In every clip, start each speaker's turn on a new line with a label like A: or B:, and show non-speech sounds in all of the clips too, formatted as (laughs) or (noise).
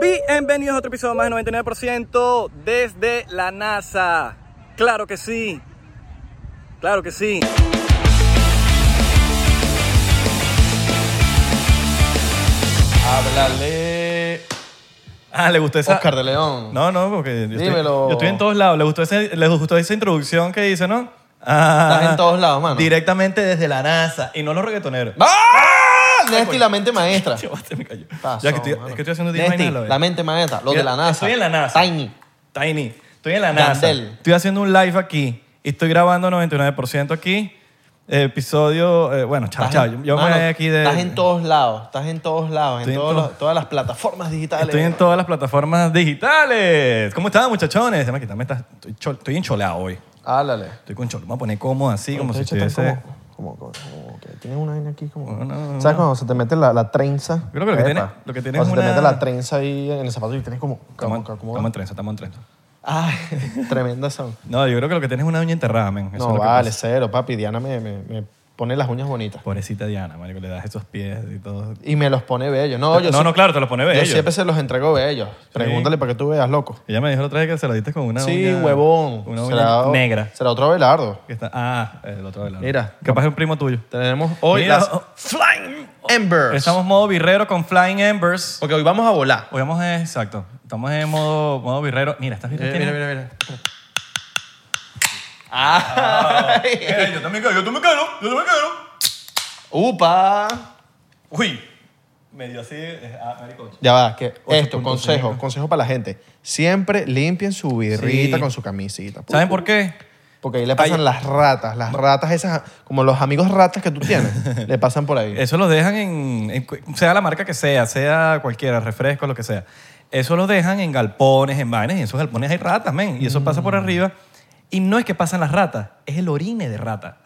A: Bienvenidos a otro episodio más de 99% desde la NASA. Claro que sí. Claro que sí.
B: Háblale.
C: Ah, le gustó esa.
B: Oscar de León.
C: No, no, porque yo estoy,
B: Dímelo.
C: yo estoy en todos lados. Le gustó, ese- le gustó esa introducción que dice, ¿no? Ah,
B: Estás en todos lados, mano.
C: Directamente desde la NASA. Y no los reggaetoneros.
B: ¡Ah! Nesti, la mente
C: (laughs)
B: maestra.
C: Chavo, se me cayó.
B: Pasó,
C: ya que estoy,
B: mano.
C: es que estoy haciendo 10
B: Nesti,
C: vainas a la vez.
B: la mente maestra. Lo
C: Mira,
B: de la NASA.
C: estoy en la NASA.
B: Tiny.
C: Tiny, estoy en la NASA.
B: Yandel.
C: Estoy haciendo un live aquí. Y estoy grabando 99% aquí. Episodio. eh, bueno, chao,
B: Estás
C: chao. Yo,
B: en-
C: yo me
B: mano,
C: voy aquí de.
B: Estás en todos lados. Estás en todos lados. En,
C: Estoy en
B: todos
C: todo-
B: los- todas las plataformas digitales.
C: Estoy en todas las plataformas digitales. ¿Cómo están, muchachones? Déjame quitarme esta- Estoy, chol- estoy encholado hoy.
B: Háblale.
C: Estoy con cholo. Me voy a poner cómodo así, como si
B: Ustedes están
C: estuviese.
B: Como, como, como, como que tienen una vaina aquí como...
C: Bueno,
B: ¿Sabes cuando se te mete la, la trenza?
C: Yo creo que lo que tiene- lo que tiene
B: Cuando
C: es
B: se te
C: una-
B: mete la trenza ahí en el zapato y tienes como... como,
C: Estamos,
B: como-
C: estamos en trenza, estamos en trenza.
B: Ay, (laughs) tremenda son. No,
C: No, yo creo que lo que tienes es una uña enterrada, men. Eso es lo que
B: vale,
C: pasa.
B: cero, papi. Diana me, me, me pone las uñas bonitas.
C: Pobrecita Diana, marico, le das esos pies y todo.
B: Y me los pone bellos. No, yo
C: no,
B: sie-
C: no, claro, te los pone bello.
B: Yo siempre se los entrego bellos. Pregúntale para que tú veas, loco.
C: Ella me dijo la otra vez que se la diste con una
B: sí,
C: uña...
B: huevón.
C: Una uña
B: Será-
C: negra.
B: Será otro Abelardo.
C: Que está- ah, el otro de la
B: Mira.
C: Capaz es un primo tuyo.
B: Tenemos hoy
C: Mira,
B: las
C: oh.
B: Flying Embers.
C: Estamos modo birrero con Flying Embers.
B: Porque hoy vamos a volar.
C: Hoy vamos en- exacto. Estamos en modo, modo birrero. Mira, estas birras
B: Mira, Eh, mira,
C: tienen...
B: mira. mira. ¡Ay!
C: (laughs) Eh, yo también quiero, yo también quiero, yo también quiero.
B: ¡Upa!
C: Uy. Medio así, eh, ah, marico.
B: Ya va, que
C: Ocho
B: esto,
C: punto
B: consejo,
C: cinco.
B: consejo para la gente. Siempre limpien su birrita
C: Sí.
B: con su camisita.
C: ¿Saben por qué?
B: Porque ahí le pasan
C: Ay.
B: las ratas, las ratas esas, como los amigos ratas que tú (laughs) tienes, le pasan por ahí.
C: Eso los dejan en, en cu- sea la marca que sea, sea cualquiera, refresco, lo que sea. Eso los dejan en galpones, en vainas, y en esos galpones hay ratas, men. Y eso pasa por arriba. Y no es que pasan las ratas, es el orine de rata.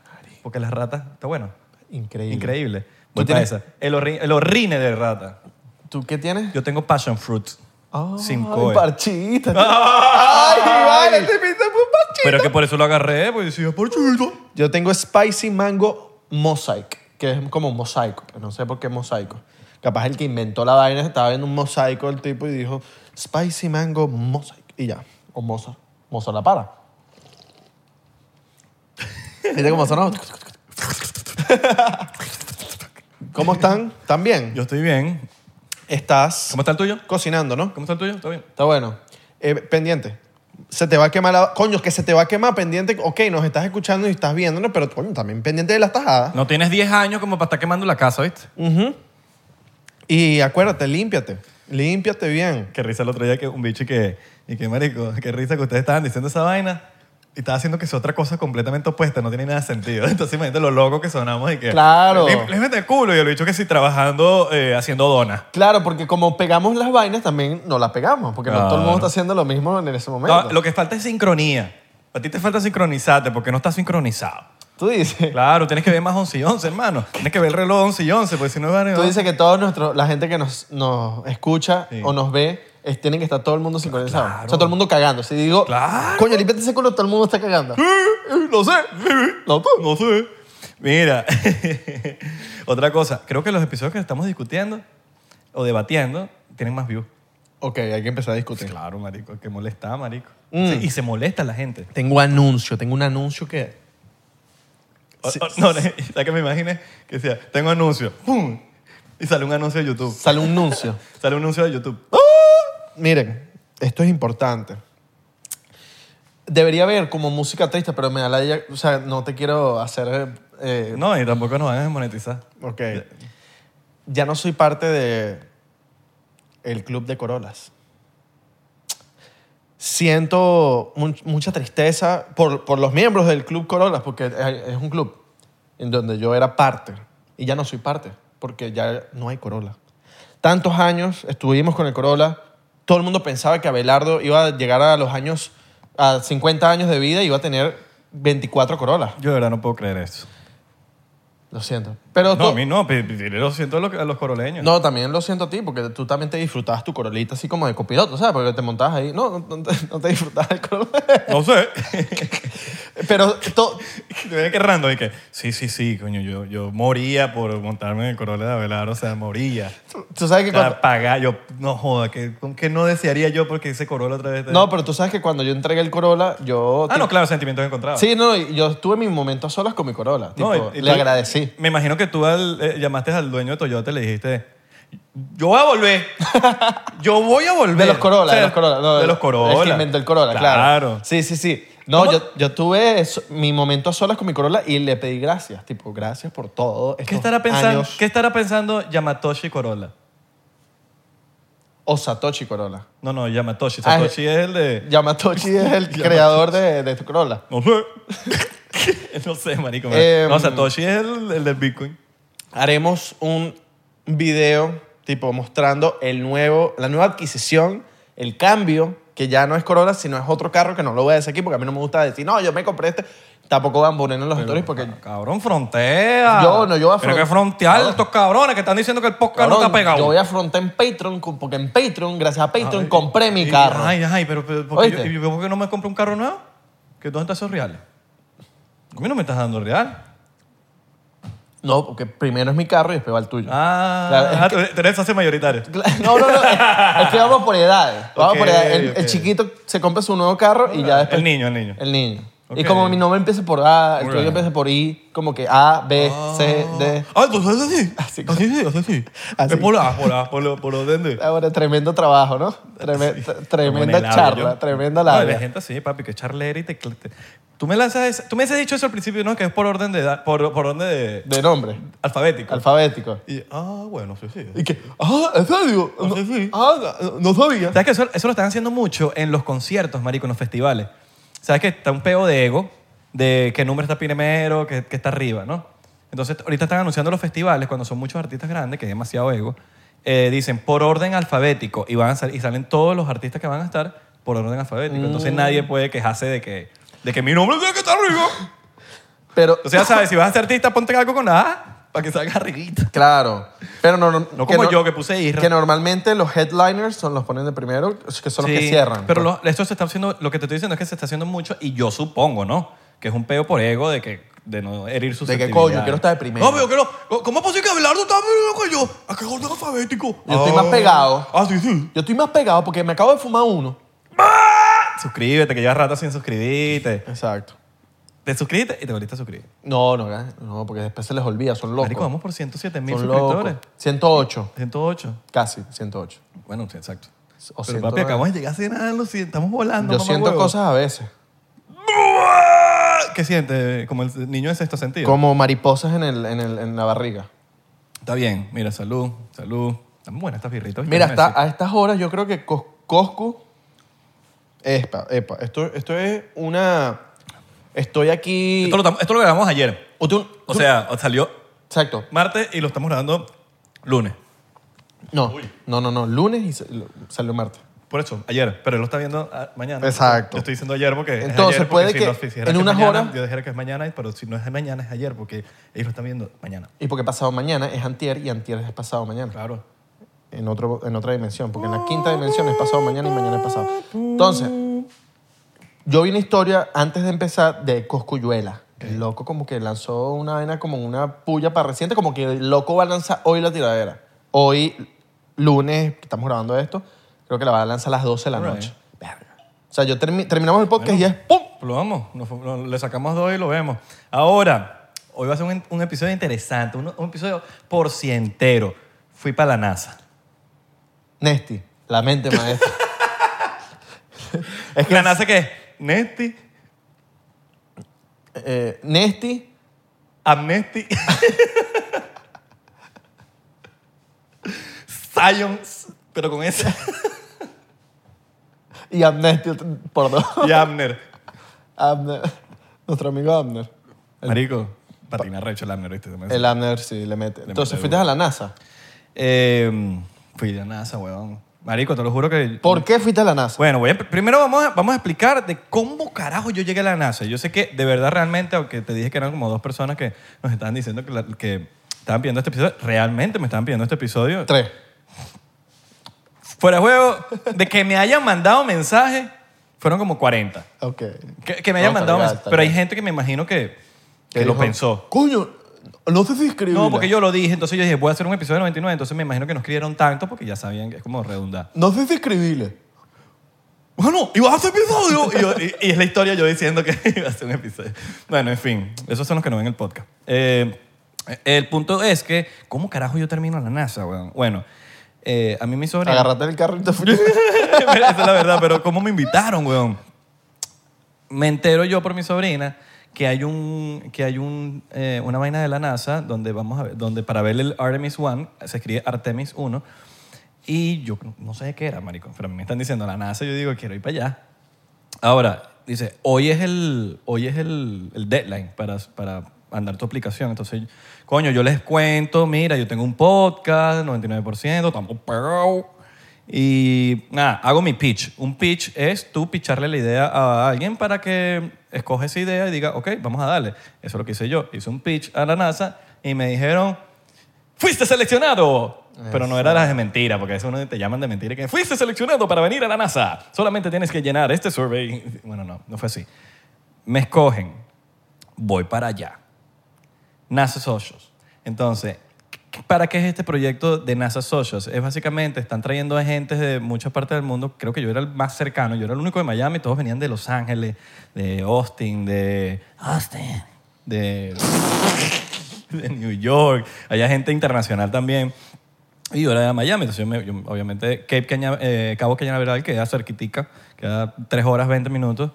C: Porque las ratas, está bueno,
B: Increíble.
C: increíble. Voy
B: ¿Tú
C: para
B: tienes-
C: esa. El, orri- el orine de rata.
B: ¿Tú qué tienes?
C: Yo tengo passion fruit. sin
B: Ay,
C: coe.
B: (laughs) parchita. Ay, vale, te pinta un parchita.
C: Pero que por eso lo agarré, pues decía, por chulo.
B: Yo tengo Spicy Mango Mosaic, que es como un mosaico. pero No sé por qué mosaico. Capaz el que inventó la vaina estaba viendo un mosaico el tipo y dijo Spicy Mango Mosaic. Y ya. O Mozart. Mozart la para. ¿Viste cómo sonó? (laughs) ¿Cómo están? ¿Están bien?
C: Yo estoy bien.
B: Estás
C: ¿Cómo está el tuyo?
B: cocinando, ¿no?
C: ¿Cómo está el tuyo? ¿Está bien?
B: Está bueno. Eh, pendiente. Se te va a quemar la... Coño, que se te va a quemar pendiente. Ok, nos estás escuchando y estás viéndonos, pero coño, también pendiente de las tajadas.
C: No tienes 10 años como para estar quemando la casa, ¿viste?
B: Y acuérdate, límpiate. Límpiate bien.
C: Qué risa el otro día que un bicho y que, y que marico, qué risa que ustedes estaban diciendo esa vaina y estaba haciendo que sea otra cosa completamente opuesta, no tiene nada de sentido. (laughs) Entonces imagínate lo loco que sonamos y que...
B: Claro.
C: Le, le mete el culo y el bicho que sí, trabajando, eh, haciendo donas.
B: Claro, porque como pegamos las vainas, también no las pegamos, porque no todo el mundo
C: Claro.
B: está haciendo lo mismo en ese
C: No,
B: momento.
C: Ah, lo que falta es sincronía. A ti te falta sincronizarte porque no estás sincronizado.
B: Tú dices,
C: Claro, tienes que ver más 11 y 11, hermano. Tienes que ver el reloj 11 y 11, porque si no...
B: tú dices que todos nuestros, la gente que nos, nos escucha
C: Sí.
B: o nos ve, es- tienen que estar todo el mundo sincronizado.
C: Claro.
B: O sea, todo el mundo cagando. Si digo,
C: Claro. Mm.
B: coño, límpiate ese culo, todo el mundo está cagando.
C: No sé. No, no sé. Mira, otra cosa. Creo que los episodios que estamos discutiendo o debatiendo tienen más views.
B: ok, hay que empezar a discutir.
C: Claro, marico. Que molesta, marico.
B: Mm.
C: Sí, y se molesta la gente.
B: Tengo anuncio, tengo un anuncio que...
C: O-
B: Sí,
C: o- no, ¿sabes que me imaginé? Que decía, tengo anuncio. ¡Pum! Y sale un anuncio de YouTube.
B: Sale un anuncio.
C: Sale un anuncio de YouTube.
B: (laughs) Miren, esto es importante. Debería haber como música triste, pero me da la... idea- O sea, no te quiero hacer... eh,
C: No, y tampoco nos van a desmonetizar.
B: Ok. Ya no soy parte de el club de Corolas. Siento mu- mucha tristeza por, por los miembros del club Corolas, porque es es un club en donde yo era parte y ya no soy parte, porque ya no hay Corolla. Tantos años estuvimos con el Corolla, todo el mundo pensaba que Abelardo iba a llegar a los años, a 50 años de vida y iba a tener 24 Corollas.
C: Yo de verdad no puedo creer eso.
B: Lo siento. Pero
C: No,
B: tú-
C: a mí no, pi- pi- dile lo siento a los, a los coroleños.
B: (laughs) No, también lo siento a ti, porque tú también te disfrutabas tu corolita así como de copiloto, ¿sabes? Porque te montabas ahí. No, no, no te, no te disfrutabas el corol.
C: No sé.
B: (laughs) Pero to-
C: (laughs) Tiene que rando y que, sí, sí, sí, coño, yo, yo moría por montarme en el Corolla de Avelar, o sea, moría.
B: tú sabes que
C: O sea,
B: cuando,
C: pagar, yo, no joda, que, que no desearía yo porque ese Corolla otra vez. te-
B: No, pero tú sabes que cuando yo entregué el Corolla, yo...
C: ah, no, claro, sentimientos encontrados.
B: Sí, no, y yo estuve mis momentos solas con mi Corolla.
C: No,
B: tipo,
C: y- y
B: le
C: tú-
B: agradecí.
C: Me imagino que tú al- eh, llamaste al dueño de Toyota y le dijiste, yo voy a volver. yo voy a volver.
B: De los Corolla,
C: O sea,
B: de los Corolla. no,
C: de los Corolla.
B: El que inventó el Corolla, claro.
C: Claro.
B: Sí, sí, sí. No,
C: ¿Cómo?
B: yo, yo tuve eso- mi momento a solas con mi Corolla y le pedí gracias. Tipo, gracias por todo.
C: ¿Qué
B: estos
C: estará, pensando,
B: años.
C: ¿Qué estará pensando Yamatoshi Corolla?
B: O Satoshi Corolla.
C: No, no, Yamatoshi.
B: Ah,
C: Satoshi es el de...
B: Yamatoshi
C: (laughs)
B: es el creador de, de tu Corolla.
C: No sé. (laughs) no sé, marico.
B: Em,
C: no, Satoshi es el, el del Bitcoin.
B: haremos un video tipo mostrando el nuevo, la nueva adquisición, el cambio, que ya no es Corolla, sino es otro carro que no lo voy a decir aquí porque a mí no me gusta decir, no, yo me compré este. Tampoco van poniendo en los stories porque...
C: Cabrón, frontea.
B: Yo no, yo voy a
C: Pero
B: fron-
C: que frontear
B: Cabrón.
C: estos cabrones que están diciendo que el podcast no
B: Cabrón,
C: está pegado.
B: yo voy a afrontar en Patreon cu- porque en Patreon, gracias a Patreon,
C: Ay,
B: compré mi
C: y-
B: carro.
C: Ay, ay, pero, pero ¿por, qué yo,
B: ¿Oíste?
C: y yo por qué no me compro un carro nuevo? ¿Que dónde están esos reales? A mí no me estás dando real.
B: No, porque primero es mi carro y después va el tuyo.
C: Ah,
B: Claro, es
C: ah, tú- tú eres hace mayoritario.
B: (laughs) Cla- No, no, no. es es que vamos por edades. Vamos
C: Ok,
B: por edades. El, el
C: ok.
B: chiquito se compra su nuevo carro y ya después...
C: El niño, el niño.
B: El niño. Y
C: Ok.
B: como mi nombre empieza por A, el
C: Muy
B: tuyo
C: bien.
B: empieza por I, como que A, B, C, D.
C: Ah, entonces así.
B: Así.
C: Así, así, así. así.
B: Así.
C: Es por la, por la, por lo, por lo dende.
B: Ahora, tremendo trabajo, ¿no? Treme-
C: Ah. Sí.
B: tre-
C: Como en
B: Tremenda
C: el labio.
B: charla, tremenda
C: No, Ah, hay
B: labia.
C: gente así, papi, que charlera y te... te- Tú me lanzas... esa- Tú me has dicho eso al principio, ¿no? Que es por orden de edad, por, por orden de...
B: De nombre,
C: Alfabético.
B: alfabético.
C: y, ah, bueno, sí, sí.
B: Y que, ah, ¿en serio? No,
C: Sí, sí.
B: ah, no- no sabía.
C: ¿Sabes que eso, eso lo están haciendo mucho en los conciertos, marico, en los festivales? ¿Sabes que está un peo de ego? De qué número está primero, qué, qué está arriba, ¿no? Entonces, ahorita están anunciando los festivales, cuando son muchos artistas grandes, que es demasiado ego, eh, dicen por orden alfabético y, van a sal- y salen todos los artistas que van a estar por orden alfabético. Entonces, nadie puede quejarse de que, de que mi nombre es el que está arriba.
B: Pero,
C: Entonces, ya sabes, si vas a ser artista, ponte algo con la A para que salga arribita.
B: (laughs) claro. Pero no, no
C: No como yo, que puse Isra.
B: Que normalmente los headliners son los ponen de primero, que son los que
C: Sí,
B: cierran. pues.
C: Pero lo, esto se está haciendo, lo que te estoy diciendo es que se está haciendo mucho y yo supongo, ¿no? Que es un peo por ego de que de no herir sus
B: De que, coño, quiero estar de primero.
C: No, pero quiero. ¿Cómo es posible que Abelardo está primero que yo? ¿A qué orden alfabético?
B: Yo estoy más
C: Ah.
B: pegado.
C: Ah, sí, sí.
B: Yo estoy más pegado porque me acabo de fumar uno.
C: Suscríbete, que llevas rato sin suscribirte.
B: Exacto.
C: Te suscribiste y te volviste a suscribir.
B: No, no, eh, no, porque después se les olvida, son locos.
C: Marico, vamos por 107 mil
B: Son
C: suscriptores.
B: locos. 108,
C: 108.
B: casi 108.
C: Bueno, sí, exacto.
B: O
C: Pero
B: 109.
C: papi, acabamos de llegar a 100 a los 100. Estamos volando.
B: Yo
C: mamá
B: siento
C: huevo.
B: cosas a veces,
C: ¿Qué sientes? Como el niño de sexto sentido.
B: como mariposas en, el, en, el- en la barriga.
C: Está bien, mira, salud, salud. Están buenas estas birritas. ¿viste?
B: Mira,
C: Pues, Déjame
B: hasta, a estas horas yo creo que Cos- Coscu... Epa, epa, esto, esto es una... Estoy
C: decir.
B: aquí...
C: Esto lo, tam- esto lo grabamos ayer.
B: O tú-
C: O
B: tú-
C: sea, salió
B: Exacto.
C: martes y lo estamos grabando lunes.
B: No, no, no, no. Lunes y sa- lo- salió martes.
C: Por eso, ayer. Pero él lo está viendo ah, mañana.
B: Exacto.
C: Yo estoy diciendo ayer porque. es
B: Entonces,
C: ayer, porque
B: puede que
C: si
B: en
C: dijera es
B: unas
C: mañana,
B: horas-
C: Yo dijera que es mañana, pero si no es mañana, es ayer porque ellos lo están viendo mañana.
B: Y porque pasado mañana es antier y antier es pasado mañana.
C: Claro.
B: en, otro, en otra dimensión, porque en la quinta dimensión es pasado mañana y mañana es pasado. Entonces, yo vi una historia antes de empezar de Coscuyuela. El loco como que lanzó una vaina como una puya para reciente, como que el loco va a lanzar hoy la tiradera. Hoy, lunes, que estamos grabando esto, creo que la va a lanzar a las 12 de la
C: Alright.
B: noche. Verga. O sea, yo termi- terminamos el podcast y es ¡pum!
C: Lo vamos. Nos- nos- le sacamos dos y lo vemos. Ahora, hoy va a ser un, un episodio interesante, un, un episodio por cientero. Fui para la NASA.
B: Nesti, la mente
C: (laughs)
B: maestra. es que
C: ¿La NASA qué es? Nesti,
B: eh, Nesti,
C: Amnesty. Science, pero con
B: (laughs)
C: ese.
B: y Amnesty por dos. (laughs)
C: Y Abner.
B: Abner, nuestro amigo Abner.
C: Marico, patina recho el Abner, ¿viste?
B: El Abner sí le mete. Entonces
C: mete
B: fuiste a la NASA.
C: Eh, fui de NASA, weón. Marico, te lo juro que...
B: ¿Por qué fuiste a la NASA?
C: Bueno, voy a- primero vamos a, vamos a explicar de cómo carajo yo llegué a la NASA. Yo sé que de verdad realmente, aunque te dije que eran como dos personas que nos estaban diciendo que, la- que estaban pidiendo este episodio. Realmente me estaban pidiendo este episodio.
B: Tres.
C: Fuera de juego, de que me hayan mandado mensajes, fueron como 40.
B: Ok.
C: Que, que me hayan
B: No, está
C: mandado
B: legal,
C: mensajes.
B: está
C: Pero hay
B: legal.
C: gente que me imagino que, que
B: ¿Qué
C: lo
B: dijo?
C: pensó.
B: Coño, no sé si escribí.
C: No, porque yo lo dije, entonces yo dije, voy a hacer un episodio de 99, entonces me imagino que no escribieron tanto porque ya sabían que es como redundar.
B: No sé si escribíle.
C: Bueno, y vas a hacer episodio. Y, yo- y- y es la historia yo diciendo que (laughs) iba a hacer un episodio. Bueno, en fin, esos son los que no ven el podcast. Eh, el punto es que, ¿cómo carajo yo termino en la NASA, weón? Bueno, eh, a mí mi sobrino.
B: Agarrate el carro y te
C: (laughs)
B: fuiste.
C: Esa es la verdad, pero ¿cómo me invitaron, weón? Me entero yo por mi sobrina que hay un que hay un, eh, una vaina de la NASA donde vamos a ver, donde para ver el Artemis 1 se escribe Artemis 1 y yo no sé qué era, marico, pero me están diciendo la NASA, yo digo, quiero ir para allá. Ahora, dice, hoy es el, hoy es el, el deadline para, para andar tu aplicación. Entonces, coño, yo les cuento, mira, yo tengo un podcast, 99%, estamos pegados. Y nada, hago mi pitch. Un pitch es tú picharle la idea a alguien para que escoge esa idea y diga, ok, vamos a darle. Eso es lo que hice yo. Hice un pitch a la NASA y me dijeron, fuiste seleccionado. Pero no era las de mentira, porque a veces uno te llaman de mentira que fuiste seleccionado para venir a la NASA. Solamente tienes que llenar este survey. Bueno, no, no fue así. Me escogen. Voy para allá. NASA Socials. Entonces, ¿para qué es este proyecto de NASA Socials? Es básicamente, están trayendo a gente de muchas partes del mundo. Creo que yo era el más cercano. Yo era el único de Miami. Todos venían de Los Ángeles, de Austin, de... Austin. De de New York, había gente internacional también. Y yo era de Miami, entonces yo, me- yo, obviamente Cape Caña- eh, Cabo Cañaveral queda cerquitica, queda 3 horas 20 minutos.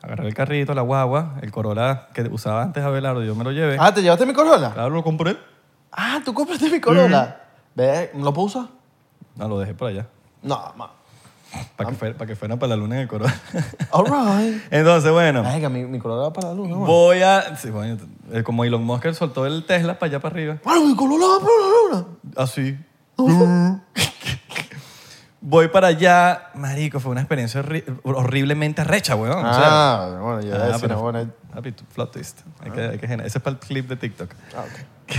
C: Agarré el carrito, la guagua, el Corolla que usaba antes Abelardo, yo me lo llevé.
B: ah, ¿te llevaste mi Corolla?
C: Claro, Mm. lo compré.
B: Ah, ¿tú compraste mi Corolla? Ve, ¿Lo puedo usar?
C: No, lo dejé por allá,
B: No, ma. Ah.
C: para que, fuera, para que fuera para la luna en el Corolla.
B: All right.
C: (laughs) entonces, bueno,
B: Venga, mi, mi Corolla va para la luna, man.
C: voy a... sí, bueno, eh, como Elon Musk él soltó el Tesla para allá para arriba.
B: Bueno, mi Corolla va para la luna.
C: Así. (laughs) Voy para allá. Marico, fue una experiencia horri- horriblemente recha, weón. O sea,
B: Ah, bueno, yo iba a
C: ah,
B: decir,
C: pero-
B: bueno,
C: Papi, tú- plot twist. Hay que- hay que gener- Ese es para el clip de TikTok.
B: ah, ok.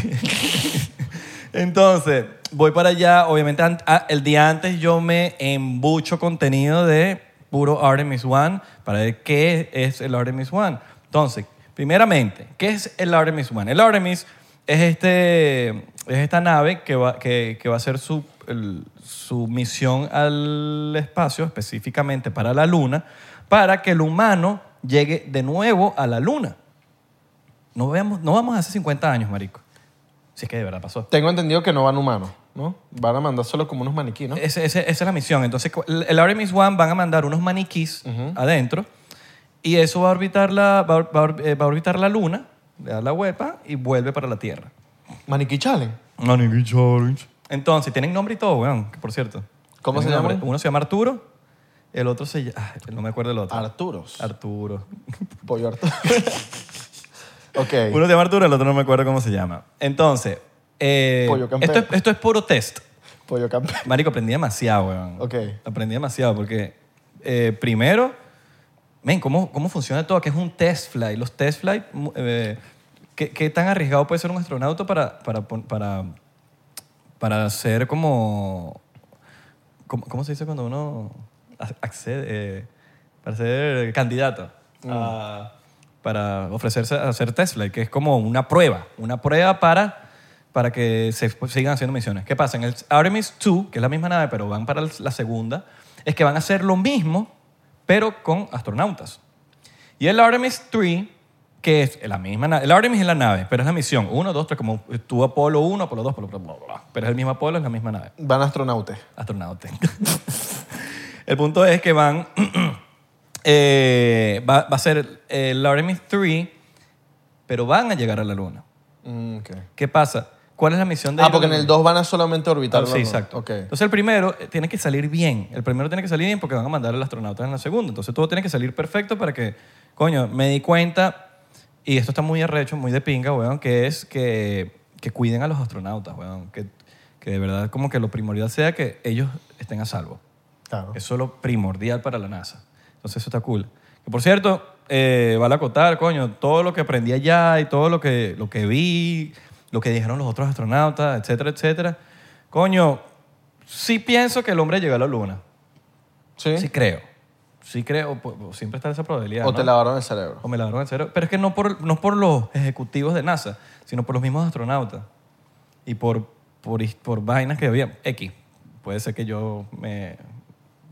C: Entonces, voy para allá. Obviamente, an- ah, el día antes yo me embucho contenido de puro Artemis One para ver qué es el Artemis One. Entonces, primeramente, ¿qué es el Artemis One? El Artemis es, este, es esta nave que va, que, que va a hacer su, el- su misión al espacio, específicamente para la Luna, para que el humano llegue de nuevo a la Luna. No, veamos, no vamos hace 50 años, marico. Si es que de verdad pasó.
B: Tengo entendido que no van humanos, ¿no? Van a mandar solo como unos maniquí, ¿no?
C: Ese- ese- esa es la misión. Entonces, cu- el el Artemis One van a mandar unos maniquís adentro y eso va a orbitar la, va, a- va a or- eh, va a orbitar la Luna, le da la huepa y vuelve para la Tierra.
B: Maniquí challenge.
C: Maniquí Challenge. Entonces, tienen nombre y todo, weón, que por cierto.
B: ¿Cómo
C: tienen
B: se
C: nombre.
B: llaman?
C: Uno se llama Arturo, el otro se llama... no me acuerdo el otro.
B: Arturos.
C: Arturo.
B: Pollo
C: (laughs)
B: Arturo. ok.
C: Uno se llama Arturo, el otro no me acuerdo cómo se llama. Entonces, eh,
B: Pollo campeón.
C: esto, es, esto es puro test.
B: Pollo campeón.
C: Marico, aprendí demasiado, weón.
B: Ok.
C: Aprendí demasiado porque, eh, primero, men, ¿cómo, ¿cómo funciona todo? ¿Qué es un test flight? Los test flight, mu- eh, ¿qué, qué tan arriesgado puede ser un astronauta para, para, pon- para, para ser como, como- ¿Cómo se dice cuando uno ac- accede? eh, para ser candidato. a- para ofrecerse a hacer test flight, que es como una prueba. Una prueba para para que se pues, sigan haciendo misiones. ¿Qué pasa? En el Artemis 2, que es la misma nave, pero van para el- la segunda, es que van a hacer lo mismo, pero con astronautas. Y el Artemis 3, que es la misma nave, el Artemis es la nave, pero es la misión 1, 2, 3, como tú Apolo 1, Apolo 2, Apolo bla, bla, bla. pero es el mismo Apolo, es la misma nave
B: Van astronautas.
C: astronauta. (laughs) el punto es que van. (clears throat) eh, va, va a ser el Artemis 3, pero van a llegar a la Luna.
B: Mm, ok.
C: ¿Qué pasa? ¿Cuál es la misión de
B: Ah,
C: ir a
B: porque en
C: la
B: el
C: Luna?
B: 2 van a solamente orbitar.
C: Sí,
B: la-
C: exacto.
B: Ok.
C: Entonces el primero eh, tiene que salir bien. El primero tiene que salir bien porque van a mandar al astronauta en la segunda. Entonces todo tiene que salir perfecto para que, coño, me di cuenta, y esto está muy arrecho, muy de pinga, weón, que es que, que cuiden a los astronautas, weón. Que, que de verdad como que lo primordial sea que ellos estén a salvo.
B: Claro.
C: Eso es lo primordial para la NASA. Entonces eso está cool. Que por cierto, eh, vale acotar, coño, todo lo que aprendí allá y todo lo que, lo que vi, lo que dijeron los otros astronautas, etcétera, etcétera. Coño, sí pienso que el hombre llegó a la luna.
B: Sí.
C: Sí creo. Sí creo. po- po- Siempre está esa probabilidad.
B: o
C: ¿no?
B: te lavaron el cerebro.
C: O me lavaron el cerebro. Pero es que no por, no por los ejecutivos de NASA, sino por los mismos astronautas. Y por, por, his- por vainas que había. X. Puede ser que yo me,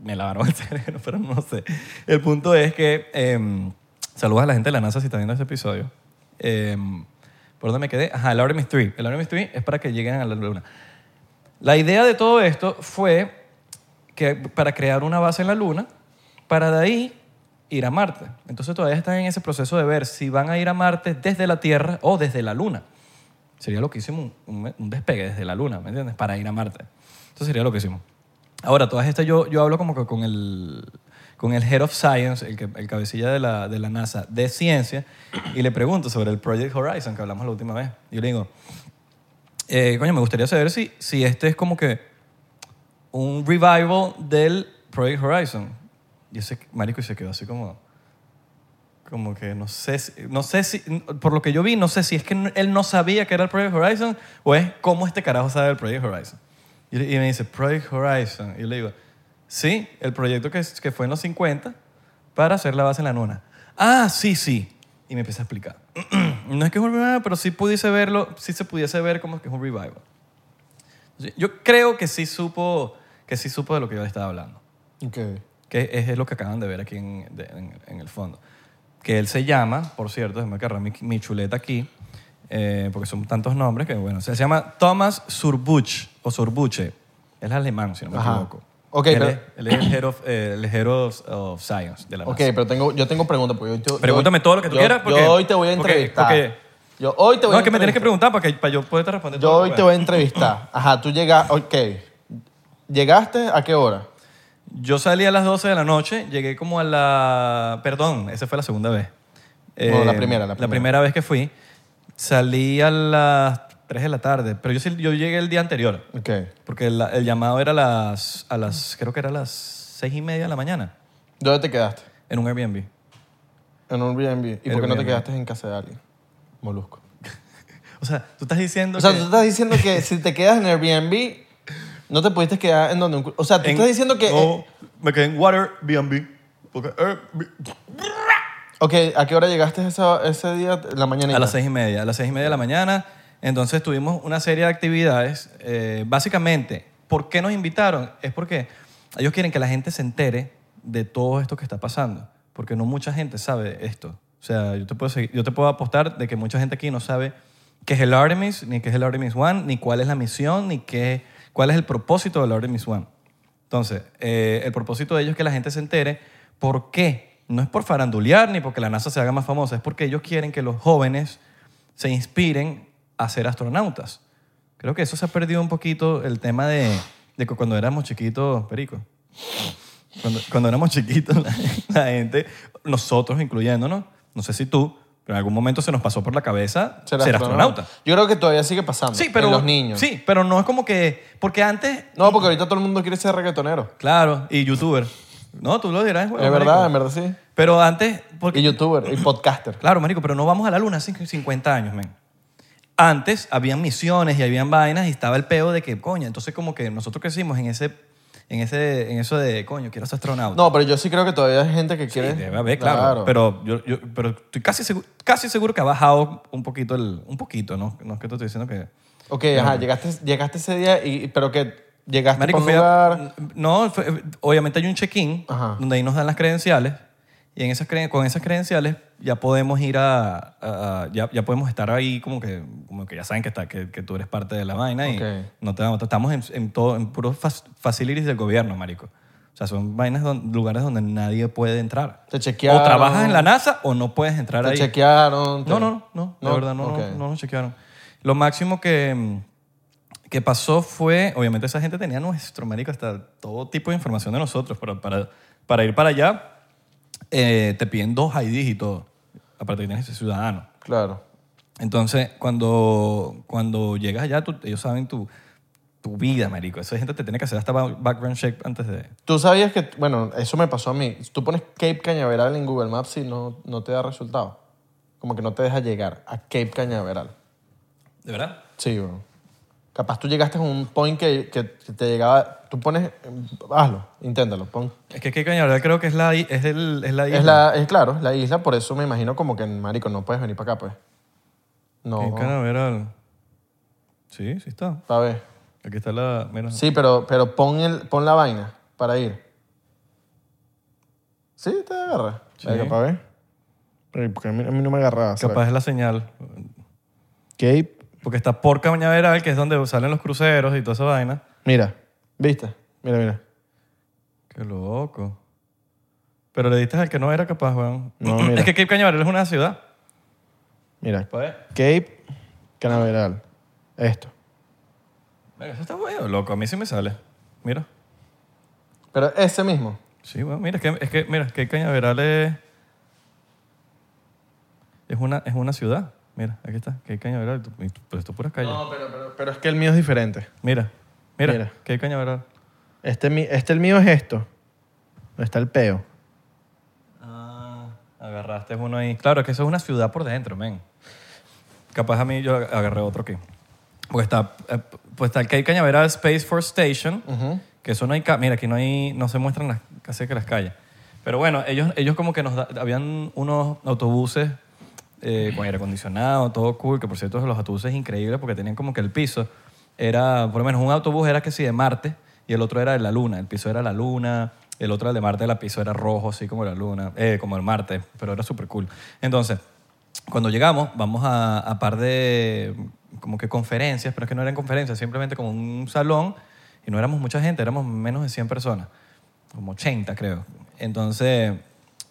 C: me lavaron el (laughs) cerebro, pero no sé. El punto es que. em, saludos a la gente de la NASA si están viendo este episodio. Em, ¿Por dónde me quedé? Ajá, el Artemis 3. El Artemis 3 es para que lleguen a la Luna. La idea de todo esto fue que para crear una base en la Luna, para de ahí ir a Marte. Entonces todavía están en ese proceso de ver si van a ir a Marte desde la Tierra o desde la Luna. Sería lo que hicimos, un, un despegue desde la Luna, ¿me entiendes? Para ir a Marte. Eso sería lo que hicimos. Ahora, todas estas yo, yo hablo como que con el, con el Head of Science, el, que- el cabecilla de la, de la NASA de ciencia, y le pregunto sobre el Project Horizon que hablamos la última vez. Yo le digo, eh, coño, me gustaría saber si, si este es como que un revival del Project Horizon. Yo sé, que- marico, y se quedó así como, como que no sé, si- no sé si, por lo que yo vi, no sé si es que n- él no sabía que era el Project Horizon o es cómo este carajo sabe del Project Horizon. Y, y me dice, Project Horizon. Y yo le digo, sí, el proyecto que, es- que fue en los 50 para hacer la base en la luna. Ah, sí, sí. Y me empieza a explicar. (clears throat) no es que es un revival, pero sí pudiese verlo, sí se pudiese ver como que es un revival. Yo- Yo creo que sí supo, que sí supo de lo que yo le estaba hablando,
B: Ok.
C: que es, es lo que acaban de ver aquí en, de- en- en el fondo. Que él se llama, por cierto, déjame agarrar mi, mi chuleta aquí, eh, porque son tantos nombres que, bueno, se llama Thomas Surbuch o Surbuche. Él es alemán, si no me
B: Ajá.
C: equivoco.
B: Ok,
C: él,
B: pero-
C: es, él es el head of, eh, el head of- of science de la
B: Ok,
C: NASA.
B: pero tengo, yo tengo preguntas. Porque yo, yo-
C: Pregúntame todo lo que tú
B: yo-
C: quieras, porque-
B: yo hoy te voy a
C: porque-
B: entrevistar.
C: porque-
B: yo hoy te voy
C: No,
B: a
C: es que me tienes que
B: entrevistar.
C: preguntar para, que, para yo poderte responder.
B: Yo
C: todo lo
B: hoy
C: que
B: te
C: pueda.
B: voy a entrevistar. Ajá, tú llegas. Ok. ¿Llegaste a qué hora?
C: Yo salí a las 12 de la noche, llegué como a la... Perdón, esa fue la segunda vez. Eh,
B: No, la primera, la
C: La
B: primera.
C: primera vez que fui, salí a las 3 de la tarde, pero yo, sí- yo llegué el día anterior,
B: Ok.
C: porque la- el llamado era a las, a las, creo que era a las 6 y media de la mañana,
B: ¿Dónde te quedaste?
C: en un Airbnb.
B: En un Airbnb. ¿Y por qué no
C: Airbnb.
B: te quedaste en casa de alguien? Molusco.
C: O sea, tú estás diciendo
B: O sea,
C: que
B: tú estás diciendo que si te quedas en Airbnb, no te pudiste quedar en donde un... cu- O sea, tú
C: en-
B: estás diciendo que... eh,
C: No, me quedé en Water B&B, porque eh, Airbnb-
B: Ok, ¿a qué hora llegaste esa- ese día, la mañana?
C: A las seis y media, a las seis y media de la mañana. Entonces tuvimos una serie de actividades. Eh, básicamente, ¿por qué nos invitaron? Es porque ellos quieren que la gente se entere de todo esto que está pasando, porque no mucha gente sabe esto. O sea, yo te puedo, seguir- yo te puedo apostar de que mucha gente aquí no sabe qué es el Artemis, ni qué es el Artemis One, ni cuál es la misión, ni qué, cuál es el propósito del Artemis One. Entonces, eh, el propósito de ellos es que la gente se entere por qué. No es por farandulear ni porque la NASA se haga más famosa, es porque ellos quieren que los jóvenes se inspiren a ser astronautas. Creo que eso se ha perdido un poquito el tema de, de que cuando éramos chiquitos, Perico. Cuando, cuando éramos chiquitos, (laughs) la, la gente, nosotros incluyéndonos, no sé si tú, pero en algún momento se nos pasó por la cabeza ser, astronauta.
B: Yo creo que todavía sigue pasando.
C: Sí, pero.
B: En los niños.
C: Sí, pero no es como que. Porque antes
B: No, porque ahorita todo el mundo quiere ser reggaetonero.
C: Claro, y youtuber. No, tú lo dirás. güey,
B: Es
C: marico.
B: verdad, en verdad sí.
C: Pero antes, porque...
B: Y youtuber, y podcaster.
C: Claro, marico, pero no vamos a la luna hace 50 años, men. Antes habían misiones y habían vainas y estaba el peo de que, coño, entonces como que nosotros crecimos en ese... En, ese, en eso de, coño, quiero ser astronauta.
B: No, pero yo sí creo que todavía hay gente que quiere...
C: Debe haber, claro. Pero, yo, yo- pero estoy casi seguro, casi seguro que ha bajado un poquito el... Un poquito, ¿no? No es que te estoy diciendo que...
B: Ok, ajá, llegaste, llegaste ese día, y, pero que llegaste
C: Marico,
B: a un
C: fui a-
B: lugar...
C: no, fue- obviamente hay un check-in
B: Ajá.
C: donde ahí nos dan las credenciales y en esas creden- con esas credenciales ya podemos ir a, a- a- ya, ya podemos estar ahí como que como que ya saben que está que, que tú eres parte de la vaina
B: Ok.
C: y no te vamos estamos en, en todo en puros fac- facilities del gobierno, marico. O sea, son vainas don- lugares donde nadie puede entrar.
B: Te chequearon.
C: O trabajas en la NASA o no puedes entrar
B: Te
C: ahí.
B: chequearon. te-
C: No, no, no, no, de verdad, no,
B: Ok.
C: no, no nos chequearon. Lo máximo que, mm, que pasó fue, obviamente esa gente tenía nuestro, marico, hasta todo tipo de información de nosotros, pero para, para ir para allá eh, te piden dos IDs y todo, aparte que tienes que ser ciudadano.
B: Claro.
C: Entonces, cuando, cuando llegas allá, tú- ellos saben tu, tu vida, marico. Esa gente te tiene que hacer hasta ba- background check antes de...
B: Tú sabías que, bueno, eso me pasó a mí. Si Tú pones Cape Cañaveral en Google Maps y no, no te da resultado. Como que no te deja llegar a Cape Cañaveral.
C: ¿De verdad?
B: Sí, bro. Capaz tú llegaste a un point que, que te llegaba. Tú pones. Hazlo, inténtalo. Pon.
C: Es que, que Cañaveral creo que es la, i- es el, es la isla.
B: Es, la, es claro, es la isla, por eso me imagino como que, marico, no puedes venir para acá, pues.
C: En
B: No.
C: Cañaveral. Sí, sí está.
B: A ver.
C: Aquí está la... Mira.
B: Sí, pero, pero pon, el, pon la vaina para ir. Sí, te agarra.
C: Sí.
B: Venga, para ver. Ey, Porque a mí, a mí no me agarraba. ¿será?
C: Capaz es la señal.
B: Cape.
C: Porque está por Cañaveral, que es donde salen los cruceros y toda esa vaina.
B: Mira, ¿viste? Mira, mira.
C: Qué loco. Pero le diste al que no era capaz, weón.
B: No,
C: (clears throat)
B: mira.
C: Es que Cape Cañaveral es una ciudad.
B: Mira.
C: Pues,
B: Cape Canaveral. Esto.
C: venga, eso está bueno, loco. A mí sí me sale. Mira.
B: Pero ese mismo.
C: Sí, weón. Mira, es que, es que, mira, Cape Cañaveral es... Es una, es una ciudad. Mira, aquí está. Cape Cañaveral. Y tú- Pero esto es puras calles.
B: pero, pero, pero es que el mío es diferente.
C: Mira. Mira.
B: Mira.
C: Cape Cañaveral.
B: Este, mi- este el mío es esto. Donde está el peo.
C: Ah, agarraste uno ahí. Claro, es que eso es una ciudad por dentro, men. Capaz a mí yo agarré otro aquí. Porque está, eh, pues está el Cape Cañaveral Space Force Station, que eso no hay... ca- Mira, aquí no hay... No se muestran las, casi que las calles. Pero bueno, ellos, ellos como que nos... da- habían unos autobuses eh, con aire acondicionado, todo cool, que por cierto los autobuses increíbles porque tenían como que el piso era... Por lo menos un autobús era que sí de Marte y el otro era de la Luna. El piso era la Luna, el otro el de Marte, la piso era rojo, así como la Luna, eh, como el Marte, pero era súper cool. Entonces, cuando llegamos, vamos a, a par de como que conferencias, pero es que no eran conferencias, simplemente como un salón y no éramos mucha gente, éramos menos de 100 personas, como 80 creo. Entonces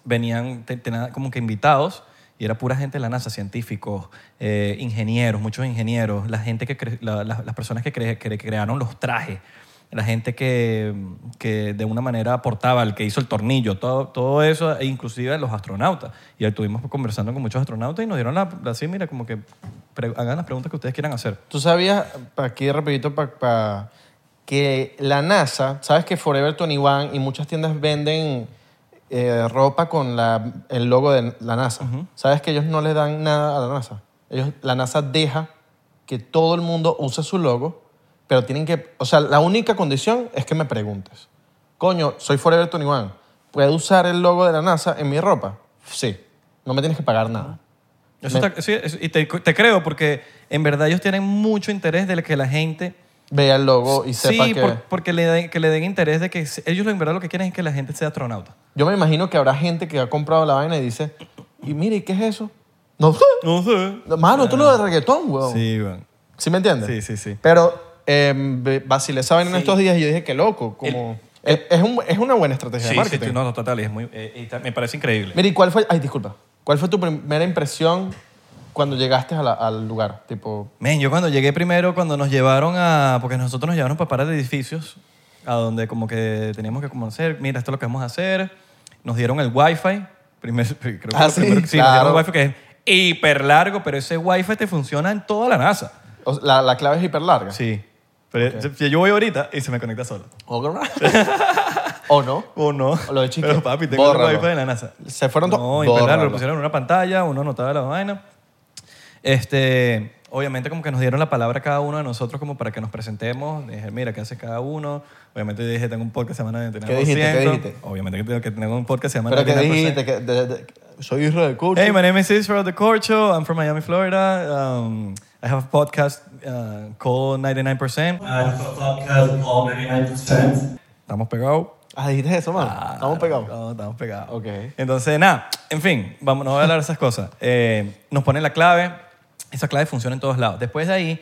C: venían te- tenían como que invitados y era pura gente de la NASA, científicos, eh, ingenieros, muchos ingenieros, la gente que cre- la- la- las personas que, cre- que crearon los trajes, la gente que, que de una manera aportaba, el que hizo el tornillo, todo, todo eso, e inclusive los astronautas. Y ahí estuvimos conversando con muchos astronautas y nos dieron la, la- así, mira, como que pre- hagan las preguntas que ustedes quieran hacer.
B: ¿Tú sabías, pa- aquí rapidito, pa- pa- que la NASA, sabes que Forever 21 y muchas tiendas venden eh, ropa con la- el logo de la NASA? ¿Sabes que ellos no le dan nada a la NASA? Ellos, la NASA deja que todo el mundo use su logo, pero tienen que, o sea, la única condición es que me preguntes. Coño, soy Forever 21, ¿puedo usar el logo de la NASA en mi ropa? Sí, no me tienes que pagar nada.
C: Eso
B: Me-
C: está- sí, eso- y te, te creo, porque en verdad ellos tienen mucho interés de que la gente
B: Vea el logo y sepa
C: sí,
B: que...
C: por- porque le den, que le den interés de que se- ellos lo- en verdad lo que quieren es que la gente sea astronauta.
B: Yo me imagino que habrá gente que ha comprado la vaina y dice, y mire, ¿y qué es eso? No, (laughs)
C: No sé.
B: mano, tú lo de reggaetón, weón. Sí.
C: Sí, weón.
B: me entiendes?
C: Sí, sí, sí.
B: Pero eh, ve- vacilé esa vaina en estos días y yo dije, qué loco, como... es, es un- es una buena estrategia
C: Sí,
B: de
C: sí,
B: marketing.
C: tú- no, no, total, y es muy, eh, y ta- me parece increíble.
B: Mira, ¿y cuál fue... Ay, disculpa. ¿Cuál fue tu primera impresión cuando llegaste a la- al lugar? Tipo,
C: Men, yo cuando llegué primero, cuando nos llevaron a... Porque nosotros nos llevaron para parar de edificios, a donde como que teníamos que conocer, mira, esto es lo que vamos a hacer. Nos dieron el wifi. Primer, (laughs) creo que
B: Ah,
C: lo
B: sí,
C: primero que- sí, nos dieron
B: claro.
C: el wifi que es hiper largo, pero ese wifi te funciona en toda la NASA.
B: o- la, la clave es hiper larga.
C: Sí. Pero yo- yo voy ahorita y se me conecta solo.
B: (laughs) ¿O no?
C: ¿O no?
B: Lo de chique.
C: Pero papi, tengo
B: Bórralo.
C: el wifi de la NASA.
B: Se fueron to-
C: No, y verdad,
B: Bórralo.
C: lo pusieron en una pantalla, uno anotaba la vaina. Este, obviamente como que nos dieron la palabra a cada uno de nosotros como para que nos presentemos. Dije, mira, ¿qué hace cada uno? Obviamente yo dije, tengo un podcast semana de
B: ¿Qué dijiste? ¿Qué dijiste?
C: Obviamente que tengo, que tengo un podcast semana
B: Pero que
C: 99%.
B: dijiste que... de- de- soy Israel Curtis.
C: Hey, my name is Israel DeCorcho. I'm from Miami, Florida. Um, I have a podcast uh, called 99%.
D: I have a podcast called 99%.
C: Estamos pegados.
B: Ah, dijiste eso, mano. Estamos pegados.
C: No, estamos pegados.
B: Ok.
C: Entonces, nada, en fin, vamos, no voy a hablar de esas cosas. Eh, nos ponen la clave, esa clave funciona en todos lados. Después de ahí,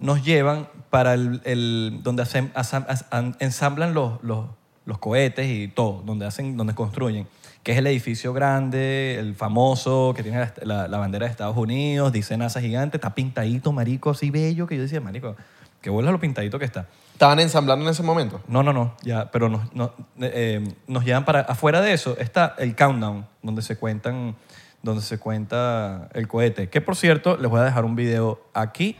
C: nos llevan para el, el- donde hacen, asam- as- an- ensamblan los, los, los cohetes y todo, donde, hacen, donde construyen, que es el edificio grande, el famoso, que tiene la, la- la bandera de Estados Unidos, dice NASA gigante, está pintadito, marico, así bello, que yo decía, marico, que vuela lo pintadito que está.
B: Estaban ensamblando en ese momento.
C: No, no, no, ya, pero nos, no- eh, eh, nos llevan para afuera de eso está el countdown donde se cuentan donde se cuenta el cohete, que por cierto les voy a dejar un video aquí.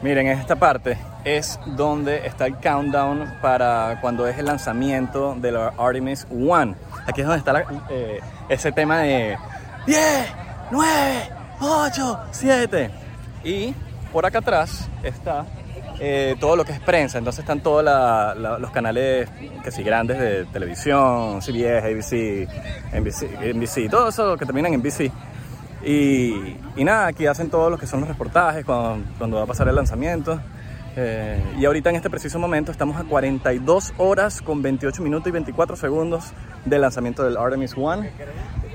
A: Miren, esta parte es donde está el countdown para cuando es el lanzamiento de la Artemis 1. Aquí es donde está la- eh, ese tema de 10, 9, 8, 7. Y por acá atrás está eh, todo lo que es prensa. Entonces están todos la- la- los canales, que sí, grandes de televisión, CBS, ABC, NBC, NBC, todo eso que terminan en NBC. Y, y nada, aquí hacen todos los que son los reportajes cuando, cuando va a pasar el lanzamiento. Eh, y ahorita en este preciso momento estamos a 42 horas con 28 minutos y 24 segundos del lanzamiento del Artemis One.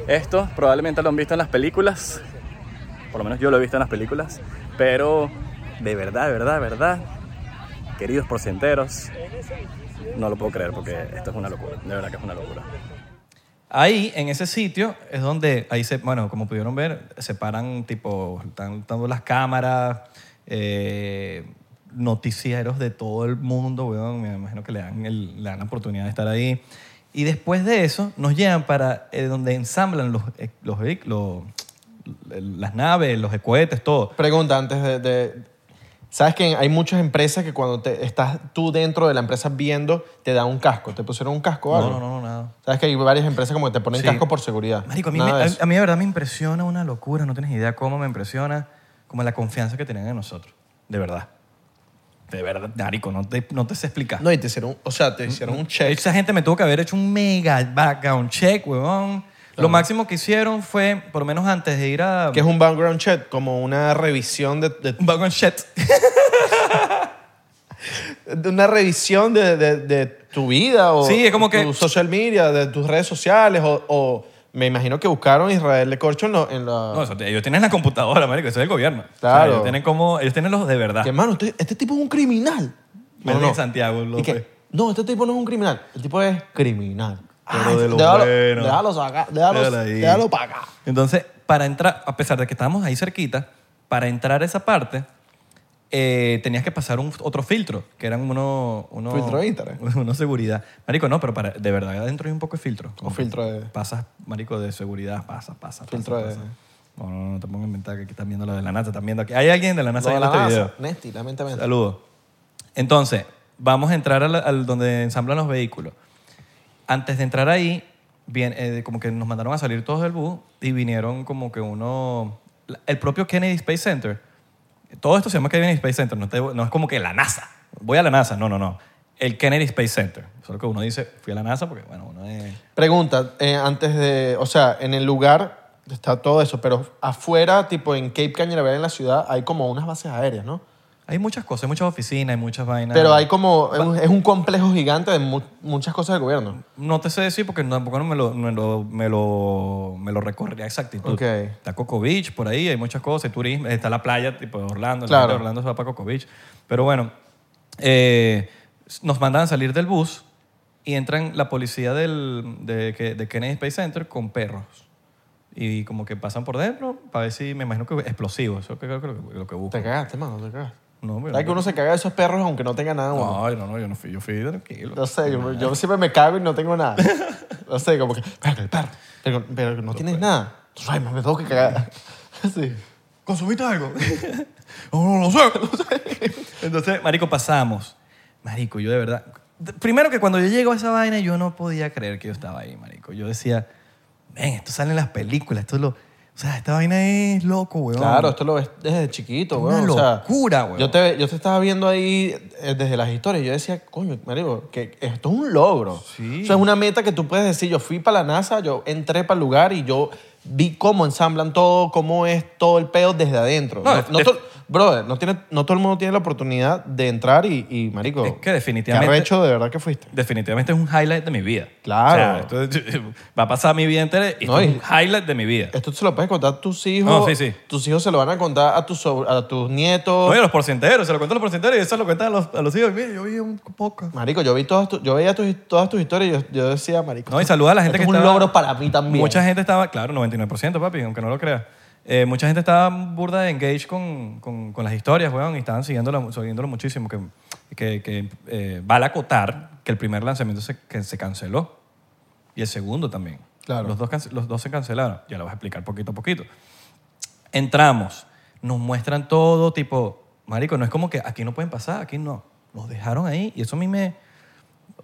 A: Esto probablemente lo han visto en las películas, por lo menos yo lo he visto en las películas, pero de verdad, de verdad, de verdad, queridos porcenteros, no lo puedo creer porque esto es una locura, de verdad que es una locura.
C: Ahí, en ese sitio, es donde, ahí se, bueno, como pudieron ver, se paran, tipo, están dando las cámaras, eh, noticieros de todo el mundo, weón, me imagino que le dan, el- le dan la oportunidad de estar ahí. Y después de eso, nos llevan para eh, donde ensamblan los, eh, los vehic- los- las naves, los cohetes, todo.
B: Pregunta antes de... de- ¿Sabes que hay muchas empresas que cuando te, estás tú dentro de la empresa viendo, te dan un casco? ¿Te pusieron un casco o
C: No,
B: algo?
C: no, no, nada.
B: ¿Sabes que hay varias empresas como que te ponen
C: Sí.
B: casco por seguridad?
C: Marico, a mí, me,
B: Nada de
C: a-
B: eso.
C: a mí de verdad me impresiona una locura, no tienes idea cómo me impresiona, como la confianza que tenían en nosotros, de verdad. De verdad, Marico, no te, no te sé explicar.
B: No, y te hicieron, o sea,
C: Mm,
B: te hicieron un check.
C: Esa gente me tuvo que haber hecho un mega background check, huevón. Lo máximo que hicieron fue, por lo menos antes de ir a...
B: Que es un background check, como una revisión de, de-
C: Un background check.
B: Ah. de una revisión de, de- de tu vida o
C: Sí, es como que-
B: tu social media, de tus redes sociales o, o me imagino que buscaron Israel de Corcho en, lo- en la...
C: No, eso, ellos tienen la computadora, marico, eso es el gobierno. O sea,
B: Claro.
C: ellos tienen como... Ellos tienen los de verdad.
B: que, hermano, usted- este tipo es un criminal.
C: Venden en Santiago,
B: Y
C: López.
B: que, no, este tipo no es un criminal. El tipo es criminal.
C: Pero
B: Ay,
C: de lo
B: déjalo,
C: bueno.
B: Déjalo sacar, déjalo,
C: Déjalo ahí.
B: déjalo pagar.
C: Entonces, para entrar, a pesar de que estábamos ahí cerquita, para entrar a esa parte, eh, tenías que pasar un, otro filtro, que eran uno... uno
B: Filtro de Instagram.
C: (laughs) Uno seguridad. Marico, no, pero para, de verdad, adentro hay un poco de filtro.
B: O filtro de...
C: Pasas, marico, de seguridad, pasa, pasa.
B: Filtro
C: pasa,
B: de-
C: pasa. No, no, no, no te pongas a inventar que aquí están viendo la de la NASA, están viendo aquí. Hay alguien de la NASA
B: Lo de
C: viendo
B: la
C: este
B: NASA.
C: video.
B: Nesti, lamentablemente.
C: Saludos. Entonces, vamos a entrar al, al donde ensamblan los vehículos. Antes de entrar ahí, bien, eh, como que nos mandaron a salir todos del bus y vinieron como que uno... la- El propio Kennedy Space Center. Todo esto se llama Kennedy Space Center. No, te- no es como que la NASA. Voy a la NASA. No, no, no. El Kennedy Space Center. Solo que uno dice, fui a la NASA porque, bueno, uno es...
B: Pregunta, eh, antes de, o sea, en el lugar está todo eso, pero afuera, tipo en Cape Cañaveral en la ciudad, hay como unas bases aéreas, ¿no?
C: Hay muchas cosas, hay muchas oficinas, hay muchas vainas.
B: Pero hay como, es un- es un complejo gigante de mu- muchas cosas del gobierno.
C: No te sé decir porque tampoco no me lo, me lo, me lo, me lo recorrí a exactitud.
B: Ok.
C: Está Coco Beach por ahí, hay muchas cosas, hay turismo, está la playa tipo de Orlando,
B: Claro.
C: la gente de Orlando se va para Coco Beach. Pero bueno, eh, nos mandan a salir del bus y entran la policía del, de, que- de Kennedy Space Center con perros. Y como que pasan por dentro para ver si, me imagino que explosivos, eso creo que lo que, lo que buscan.
B: Te cagaste, mano, te cagaste.
C: No, pero-
B: Hay que uno se caga de esos perros aunque no tenga nada. No,
C: Ay, no, no, yo no fui, yo fui tranquilo.
B: no sé, yo, yo siempre me cago y no tengo nada. No sé, como que, pero que el perro, pero, pero que no tienes nada. Pues, Ay, me tengo que cagar. (laughs) Sí.
C: ¿Consumiste algo? (laughs) no, no, no sé, no sé. Entonces, marico, pasamos. Marico, yo de verdad... Primero que cuando yo llego a esa vaina, yo no podía creer que yo estaba ahí, marico. Yo decía, ven, esto sale en las películas, esto es lo... O sea, esta vaina es loco, weón.
B: Claro, esto lo ves desde chiquito,
C: Una
B: weón. o sea,
C: locura, weón.
B: Yo te, yo te estaba viendo ahí eh, desde las historias. Yo decía, coño, marico, que esto es un logro.
C: Sí.
B: O sea, es una meta que tú puedes decir, yo fui para la NASA, yo entré para el lugar y yo vi cómo ensamblan todo, cómo es todo el peo desde adentro.
C: No,
B: No,
C: es-
B: no
C: es-
B: to- brother, no, tiene, no todo el mundo tiene la oportunidad de entrar y, y, marico,
C: Es que definitivamente-
B: Qué arrecho de verdad que fuiste.
C: Definitivamente es un highlight de mi vida.
B: Claro.
C: O sea, esto- (laughs) va a pasar mi vida entera y esto
B: No, y-
C: es un highlight de mi vida.
B: Esto se lo puedes contar a tus hijos.
C: No, sí, sí.
B: Tus hijos se lo van a contar a tus, sobr- a tus nietos.
C: Oye, los porcenteros, se lo cuento a los porcenteros y eso lo cuentan a los, a los hijos. Mire, yo vi un poco.
B: Marico, yo vi todas tu- yo veía tus, todas tus historias y yo, yo decía, marico.
C: No, y saluda a la gente
B: esto
C: que
B: es un
C: estaba-
B: logro para mí también.
C: Mucha gente estaba, claro, 99%, papi, aunque no lo creas. Eh, mucha gente estaba burda de engage con, con- con las historias, weón, y estaban siguiéndolo, siguiéndolo muchísimo. Que, que, que, eh, vale acotar que el primer lanzamiento se, que se canceló y el segundo también.
B: Claro.
C: Los dos, cance- los dos se cancelaron. Ya lo vas a explicar poquito a poquito. Entramos, nos muestran todo, tipo, marico, no es como que aquí no pueden pasar, aquí no. Nos dejaron ahí y eso a mí me,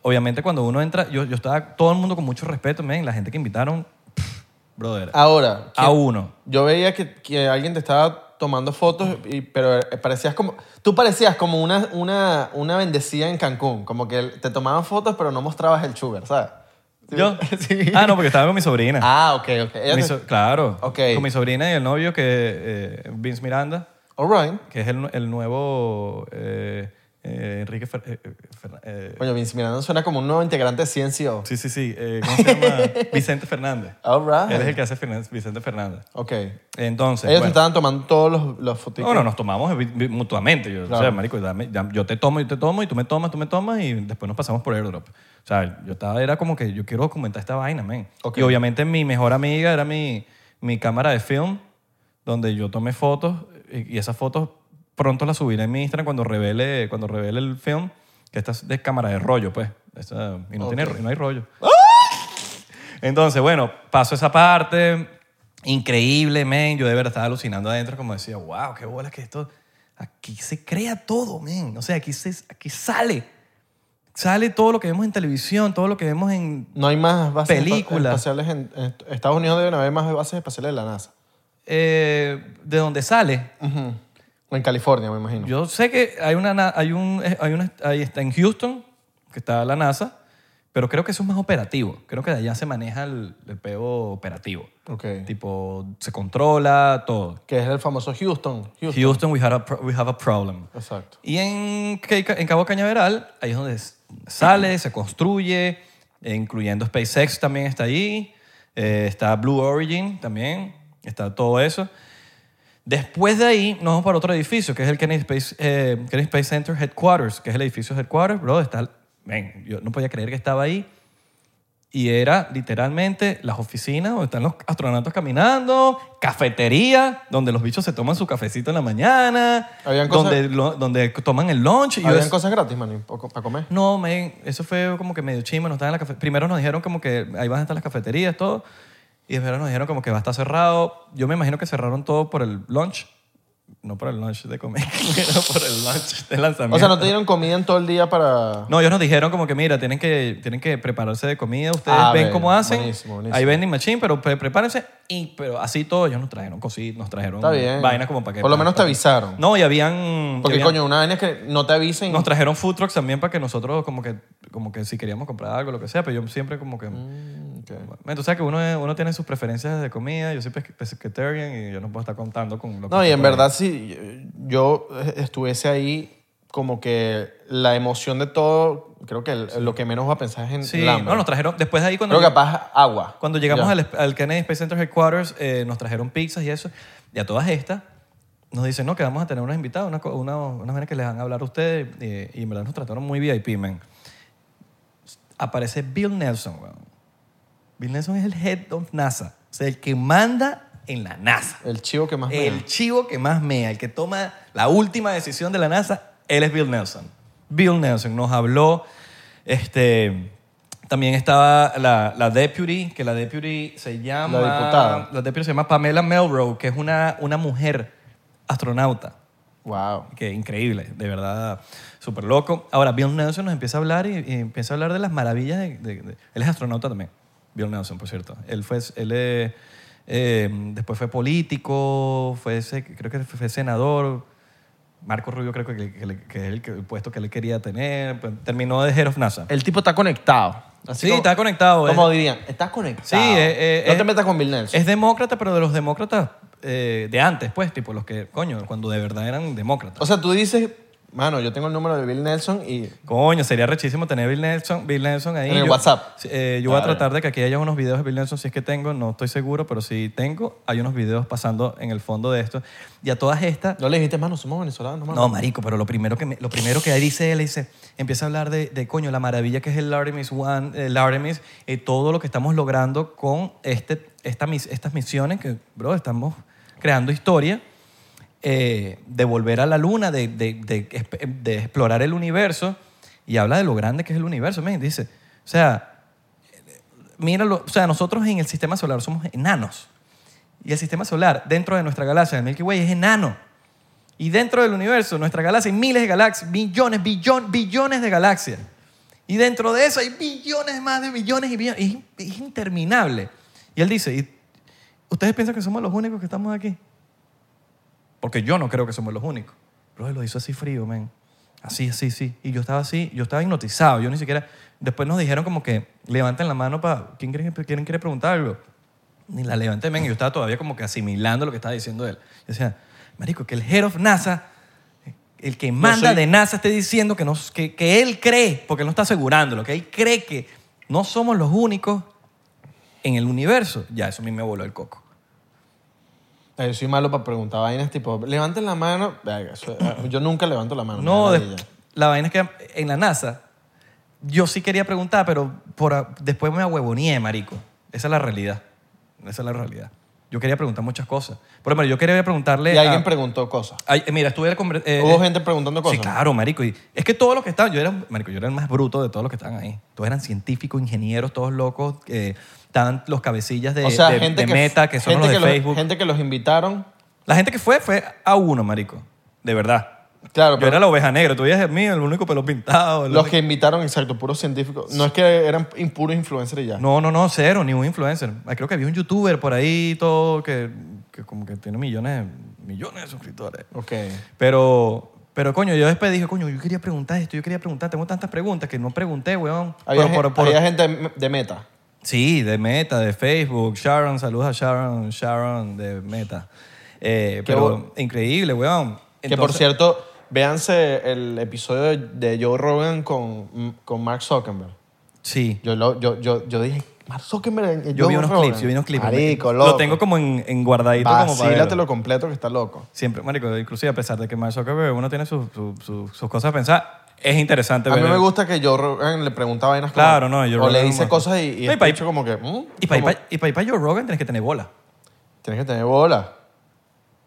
C: obviamente cuando uno entra, yo, yo estaba todo el mundo con mucho respeto, men, la gente que invitaron, pff, brother, a,
B: Ahora, ¿quién-
C: uno.
B: yo veía que, que alguien te estaba tomando fotos, y, pero parecías como... Tú parecías como una, una, una bendecida en Cancún, como que te tomaban fotos pero no mostrabas el sugar, ¿sabes? Sí.
C: ¿Yo?
B: (laughs) Sí.
C: Ah, no, porque estaba con mi sobrina.
B: Ah, ok, ok. Ella
C: Mi
B: te-
C: so- claro.
B: Ok.
C: Con mi sobrina y el novio, que eh, Vince Miranda,
B: All right.
C: que es el, el nuevo eh, eh, Enrique Fer- eh, eh, Ferna- eh,
B: Coño, Vince Miranda suena como un nuevo integrante de CNCO.
C: Sí, sí, sí. eh, ¿Cómo se
B: (laughs)
C: llama? Vicente Fernández.
B: All right.
C: Él es el que hace Fernández- Vicente Fernández.
B: Ok.
C: Entonces.
B: Ellos te
C: bueno.
B: estaban tomando todos los, los fotitos.
C: No, no, nos tomamos vi- vi- mutuamente. Yo, O sea,
B: Claro.
C: marico, dame- ya- yo te tomo, yo te tomo, y tú me tomas, tú me tomas, y después nos pasamos por Airdrop. O sea, yo estaba, era como que yo quiero documentar esta vaina, men.
B: Ok.
C: Y obviamente mi mejor amiga era mi, mi cámara de film, donde yo tomé fotos, y, y esas fotos pronto las subiré en mi Instagram cuando revele, cuando revele el film, que esta es de cámara de rollo, pues. Esta- y no,
B: Ok.
C: tiene, y no hay rollo. Entonces, bueno, pasó esa parte. Increíble, men. Yo de verdad estaba alucinando adentro, como decía, wow, qué bola que esto. Aquí se crea todo, men. O sea, aquí, se, aquí sale. Sale todo lo que vemos en televisión, todo lo que vemos en.
B: No hay más bases
C: Película.
B: espaciales en, en Estados Unidos deben haber más bases espaciales de la NASA.
C: eh, de donde sale.
B: Ujú. En California, me imagino.
C: Yo sé que hay una. na- Hay un, eh, hay una ahí está en Houston, que está la NASA, pero creo que eso es más operativo. Creo que de allá se maneja el, el peo operativo.
B: ok.
C: Tipo, se controla todo.
B: Que es el famoso Houston. Houston.
C: Houston, we, had a pro- we have a problem.
B: Exacto.
C: Y en, Caica- en Cabo Cañaveral, ahí es donde s- sale, se construye, eh, incluyendo SpaceX también está ahí, eh, está Blue Origin también, está todo eso. Después de ahí nos vamos para otro edificio, que es el Kennedy Space, eh, Kennedy Space Center Headquarters, que es el edificio Headquarters, bro, está, ven, yo no podía creer que estaba ahí. Y era literalmente las oficinas donde están los astronautas caminando, cafetería, donde los bichos se toman su cafecito en la mañana,
B: Habían cosas-
C: donde, lo- donde toman el lunch. Y yo
B: Habían
C: es-
B: cosas gratis, man, para comer.
C: no, men, eso fue como que medio chimo. No estaba en la cafe- Primero nos dijeron como que ahí van a estar las cafeterías, todo. Y después nos dijeron como que va a estar cerrado. Yo me imagino que cerraron todo por el lunch. No por el lunch de comer, (laughs) pero por el lunch de lanzamiento.
B: O sea, no te dieron comida en todo el día para...
C: No, ellos nos dijeron como que, mira, tienen que, tienen que prepararse de comida. Ustedes
B: Ah,
C: ven
B: ver,
C: cómo hacen.
B: buenísimo, buenísimo.
C: Ahí vending machine, pero pre- prepárense. Y, pero así todo, ellos nos trajeron cositas, nos trajeron
B: Está bien.
C: vainas como para que...
B: Por lo menos te
C: para-
B: avisaron.
C: No, y habían...
B: Porque,
C: y habían-
B: coño, una vaina es que no te avisen.
C: nos trajeron food trucks también para que nosotros como que, como que si queríamos comprar algo, lo que sea, pero yo siempre como que...
B: Mm, Ok.
C: Bueno, Tú sabes que uno, es- uno tiene sus preferencias de comida, yo soy pesca- pescatarian y yo no puedo estar contando con lo que...
B: No, y
C: está
B: en
C: por ahí.
B: verdad, si yo estuviese ahí, como que la emoción de todo, creo que el- lo que menos va a pensar es en
C: Sí,
B: el hambre.
C: no, nos trajeron... Después de ahí cuando...
B: Creo que capaz agua.
C: Cuando llegamos
B: Ya.
C: al, al Kennedy Space Center Headquarters, eh, nos trajeron pizzas y eso. Y a todas estas, nos dicen, no, que vamos a tener unos invitados, unas co- una- unas venas que les van a hablar a ustedes. eh, Y, en verdad nos trataron muy VIP, man. Aparece Bill Nelson, weón. Bill Nelson es el head of NASA. O sea, el que manda en la NASA.
B: El chivo que más me
C: El chivo que más mea, el que toma la última decisión de la NASA, él es Bill Nelson. Bill Nelson nos habló. Este, también estaba la, la deputy, que la deputy se llama...
B: La diputada.
C: La deputy se llama Pamela Melrose, que es una, una mujer astronauta.
B: Wow.
C: Que increíble, de verdad, súper loco. Ahora, Bill Nelson nos empieza a hablar y, y empieza a hablar de las maravillas de, de- de- Él es astronauta también, Bill Nelson, por cierto. Él fue... Él, eh, eh, después fue político, fue, se- creo que fue senador. Marco Rubio creo que, que le- que es el, que- el puesto que él quería tener. Pues, Terminó de Head of NASA.
B: El tipo está conectado. Así
C: Sí,
B: como-
C: está conectado.
B: Como
C: es,
B: dirían, estás conectado.
C: Sí, eh, eh,
B: no
C: eh,
B: te metas con Bill Nelson.
C: es demócrata, pero de los demócratas eh, de antes, pues, tipo los que, coño, cuando de verdad eran demócratas.
B: O sea, tú dices, mano, yo tengo el número de Bill Nelson y
C: Coño, sería rechísimo tener Bill Nelson, Bill Nelson ahí.
B: En el WhatsApp.
C: Sí, eh, yo voy a
B: Claro.
C: tratar de que aquí haya unos videos de Bill Nelson, si es que tengo, no estoy seguro, pero si tengo, hay unos videos pasando en el fondo de esto. Y a todas estas,
B: no le dijiste, mano, somos venezolanos, mano.
C: no, marico, pero lo primero que, me- lo primero que dice él, dice, empieza a hablar de, de, coño, la maravilla que es el Artemis One, el Artemis, eh, todo lo que estamos logrando con este, esta, mis- estas misiones que, bro, estamos creando historia eh, de volver a la luna, de, de- de exp- de explorar el universo, y habla de lo grande que es el universo. men. dice, o sea, míralo, o sea, nosotros en el sistema solar somos enanos. Y el sistema solar, dentro de nuestra galaxia, el Milky Way, es enano. Y dentro del universo, nuestra galaxia, hay miles de galaxias, billones, billón, billones de galaxias. Y dentro de eso hay billones más de billones y billones. Es, es interminable. Y él dice, ¿y ¿ustedes piensan que somos los únicos que estamos aquí? Porque yo no creo que somos los únicos. Pero lo hizo así frío, men. Así, así, sí. Y yo estaba así, yo estaba hipnotizado. Yo ni siquiera. Después nos dijeron como que levanten la mano para. ¿Quién quiere, quién quiere preguntar algo? Ni la levanté, men. y Yo estaba todavía como que asimilando lo que estaba diciendo él. Yo decía, Marico, que el head of NASA, el que manda
B: soy-
C: de NASA, esté diciendo que, nos, que, que él cree, porque él no está asegurándolo, que él cree que no somos los únicos en el universo. Ya, eso a mí me voló el coco.
B: Ah, Yo soy malo para preguntar vainas tipo, levanten la mano. Verga, eso- ah, yo nunca levanto la mano.
C: No,
B: me da
C: de-
B: ladilla.
C: la vaina es que en la NASA yo sí quería preguntar, pero por, a- después me ahuevoneé, marico. Esa es la realidad. Esa es la realidad. Yo quería preguntar muchas cosas. Por ejemplo, yo quería preguntarle
B: Y alguien
C: a-
B: preguntó cosas.
C: Ay, eh, mira, estuve... conver- eh,
B: Hubo
C: eh,
B: gente preguntando cosas.
C: Sí, claro, marico. Y es que todos los que estaban... Yo era, marico, yo era el más bruto de todos los que estaban ahí. Todos eran científicos, ingenieros, todos locos. eh, estaban los cabecillas de,
B: o sea,
C: de-
B: gente
C: de
B: que,
C: Meta, que son
B: gente
C: los de
B: que
C: Facebook.
B: gente que los invitaron.
C: La gente que fue, fue a uno, marico. De verdad.
B: Claro,
C: Yo
B: pero
C: era la oveja negra. Tú eres el mío, el único pelo pintado. el
B: los
C: único-
B: que invitaron, exacto, puros científicos. No es que eran in- puros influencers y ya.
C: No, no, no, cero, ni un influencer. Ah, Creo que había un youtuber por ahí todo que, que como que tiene millones, millones de suscriptores.
B: Ok.
C: Pero, pero coño, yo después dije, coño, yo quería preguntar esto, yo quería preguntar, tengo tantas preguntas que no pregunté, weón.
B: Había,
C: Por- por-
B: gen-
C: por-
B: había gente de- de Meta.
C: Sí, de Meta, de Facebook. Sharon, saludos a Sharon, Sharon de Meta. Eh,
B: Qué
C: pero increíble, weón.
B: que por
C: Entonces-
B: cierto, véanse el episodio de- de Joe Rogan con, con Mark Zuckerberg.
C: Sí.
B: Yo, lo, yo, yo, yo dije, Mark Zuckerberg. en
C: Yo vi
B: Joe
C: unos
B: Rogan".
C: clips, yo vi unos clips.
B: Marico, loco.
C: Lo tengo como en, en guardadito como para verlo.
B: Vacílatelo completo que está loco.
C: Siempre, marico, inclusive a pesar de que Mark Zuckerberg uno tiene sus sus- sus- sus cosas a pensar, es interesante
B: A mí
C: ver.
B: me gusta que Joe Rogan le pregunta vainas como-
C: Claro, no, Joe
B: O le
C: Rogan
B: dice
C: es
B: cosas y,
C: No,
B: y
C: y
B: el
C: pa-
B: bicho como que... "Mm,
C: Y para
B: como-
C: pa, y pa Joe Rogan tienes que tener bola.
B: Tienes que tener bola.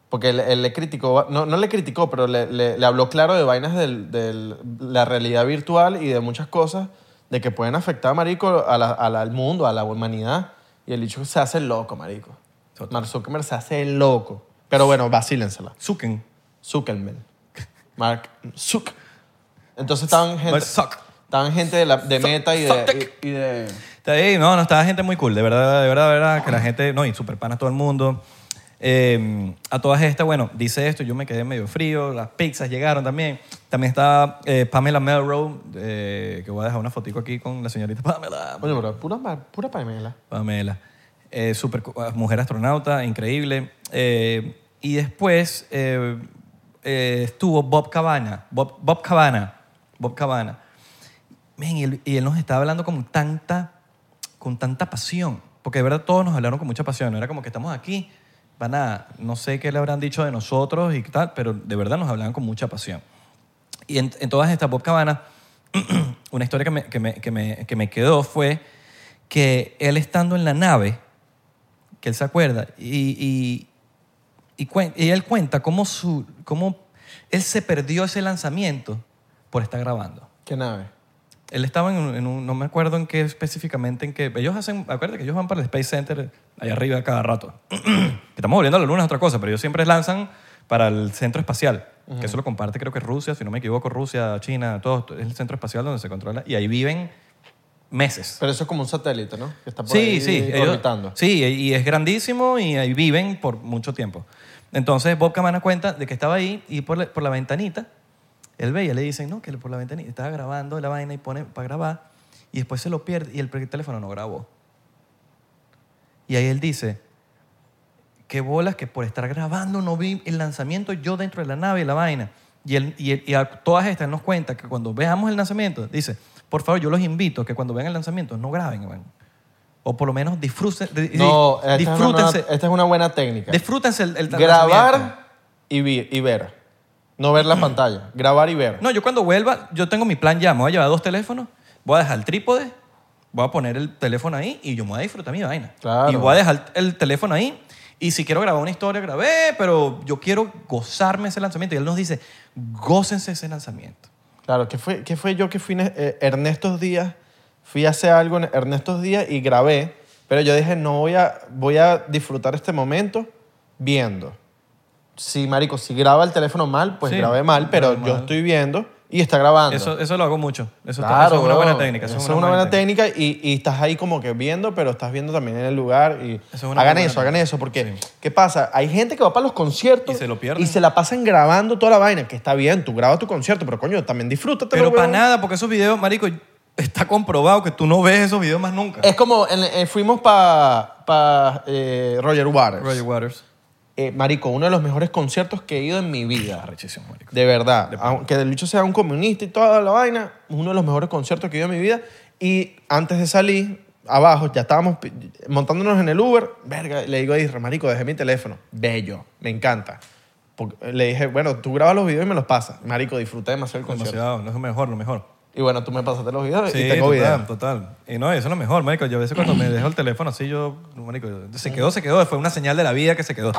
B: Porque él, él le criticó... No, no le criticó, pero le, le- le habló claro de vainas del- de la realidad virtual y de muchas cosas de que pueden afectar, marico, a la- a la- al mundo, a la humanidad. Y el bicho se hace loco, marico.
C: Total.
B: Mark Zuckerberg se hace loco. Pero bueno, vacílensela.
C: Zucken.
B: Zuckerberg. Mark Zuck. Entonces estaban gente,
C: Mark Zuck.
B: estaban gente de, la- de Meta y de,
C: Zuckerberg.
B: y- y de...
C: Está ahí, no, no, estaba gente muy cool, de verdad, de verdad, de verdad, que la gente, no, y super panas todo el mundo. Eh, a todas estas, bueno, dice esto, yo me quedé medio frío, las pizzas llegaron también. También está eh, Pamela Melrose, eh, que voy a dejar una fotico aquí con la señorita Pamela.
B: Oye, pero pura, ma- pura Pamela.
C: Pamela. Eh, super, cu- mujer astronauta, increíble. Eh, y después eh, eh, estuvo Bob Cabana. Bob, Bob Cabana. Bob Cabana. Men, y, él, y él nos estaba hablando con tanta, con tanta pasión. Porque de verdad todos nos hablaron con mucha pasión. No era como que estamos aquí, van a, no sé qué le habrán dicho de nosotros y tal, pero de verdad nos hablaban con mucha pasión. Y en, en todas estas Bob Cabana, una historia que me, que, me, que, me, que me quedó fue que él estando en la nave, que él se acuerda, y, y, y, cuen- y él cuenta cómo, su, cómo él se perdió ese lanzamiento por estar grabando.
B: ¿Qué nave?
C: Él estaba en un, en un- no me acuerdo en qué específicamente, en qué. Ellos hacen, acuérdate que ellos van para el Space Center allá arriba cada rato. (clears throat) Que Estamos volviendo a la luna, es otra cosa, pero ellos siempre lanzan para el centro espacial, que eso lo comparte creo que Rusia, si no me equivoco, Rusia, China, todo, es el centro espacial donde se controla, y ahí viven meses.
B: Pero eso es como un satélite, ¿no? Que está por
C: Sí,
B: ahí
C: sí. ellos-
B: orbitando.
C: sí, y es grandísimo y ahí viven por mucho tiempo. Entonces Bob Camana cuenta de que estaba ahí y por la, por la ventanita, él veía, le dicen, no, que por la ventanita estaba grabando la vaina y pone para grabar y después se lo pierde y el pre- teléfono no grabó. Y ahí él dice, qué bolas que por estar grabando no vi el lanzamiento yo dentro de la nave y la vaina. Y, él, y, él- y a todas estas él nos cuenta que cuando veamos el lanzamiento, dice, por favor, yo los invito que cuando vean el lanzamiento no graben, man. O por lo menos disfruten, di-
B: No, esta,
C: disfrútense,
B: Es una, esta es una buena técnica.
C: disfrútense el, el lanzamiento.
B: Grabar y, vi- y ver. No ver la pantalla. Grabar y ver.
C: No, yo cuando vuelva, yo tengo mi plan ya. Me voy a llevar dos teléfonos, voy a dejar el trípode, voy a poner el teléfono ahí y yo me voy a disfrutar mi vaina.
B: Claro.
C: Y voy a dejar el teléfono ahí. Y si quiero grabar una historia, grabé, pero yo quiero gozarme ese lanzamiento. Y él nos dice, gócense ese lanzamiento.
B: Claro, ¿qué fue, qué fue yo que fui en- eh, Ernestos Díaz? Fui a hacer algo en Ernestos Díaz y grabé, pero yo dije, no voy a, voy a disfrutar este momento viendo. Sí, marico, si graba el teléfono mal, pues
C: Sí,
B: grabé mal, pero
C: grabé
B: yo
C: mal.
B: estoy viendo y está grabando.
C: Eso, eso lo hago mucho. Eso, está-
B: Claro,
C: eso es una
B: bro.
C: buena técnica.
B: Eso es una, buena técnica, y, y estás ahí como que viendo, pero estás viendo también en el lugar. Y
C: es una
B: hagan
C: buena
B: eso, hagan
C: técnica.
B: eso, porque
C: Sí.
B: ¿qué pasa? Hay gente que va para los conciertos
C: Y se lo pierden.
B: y se la pasan grabando toda la vaina, que está bien, tú grabas tu concierto, pero coño, también disfrútate.
C: Pero para nada, porque esos videos, marico, está comprobado que tú no ves esos videos más nunca.
B: Es como, en- en- fuimos para Roger Waters.
C: Roger Waters.
B: Eh, marico, uno de los mejores conciertos que he ido en mi vida.
C: Arrechísimo, marico.
B: De verdad. Aunque el bicho sea un comunista y toda la vaina, uno de los mejores conciertos que he ido en mi vida. Y antes de salir, abajo, ya estábamos pi- montándonos en el Uber. Verga, le digo a Isra, marico, dejé mi teléfono. Bello, me encanta. Porque- le dije, bueno, tú grabas los videos y me los pasas. Marico, disfruté demasiado el concierto.
C: Demasiado, no es lo mejor, lo mejor.
B: Y bueno, tú me pasaste los videos
C: Sí,
B: Ah, y tengo
C: total,
B: videos.
C: total. Y no, eso es lo mejor, marico. Yo a veces cuando me dejo el teléfono así, yo, marico, se quedó, se quedó. Fue una señal de la vida que se quedó.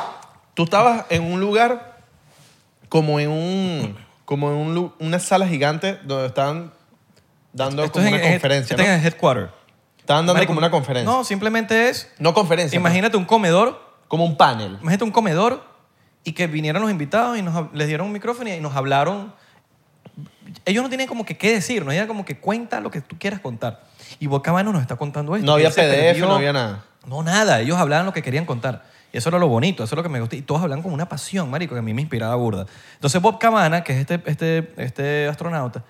B: Tú estabas en un lugar como en un como en un lu- una sala gigante donde estaban dando como una conferencia,
C: esto es
B: ¿no?
C: en el headquarter.
B: Estaban dando
C: Marico,
B: como una conferencia. No,
C: No, simplemente es,
B: conferencia.
C: imagínate un comedor,
B: pues, como un panel.
C: imagínate un comedor y que vinieron los invitados y nos, les dieron un micrófono y nos hablaron. Ellos no tienen como que qué decir, no era como que cuenta lo que tú quieras contar. Y Bocabano nos está contando esto.
B: No
C: que
B: había
C: él se
B: PDF,
C: perdió.
B: no había nada.
C: No, nada. Ellos hablaban lo que querían contar. Y eso era lo bonito, eso es lo que me gustó. Y todos hablan con una pasión, marico, que a mí me inspiraba burda. Entonces Bob Cabana, que es este, este, este astronauta,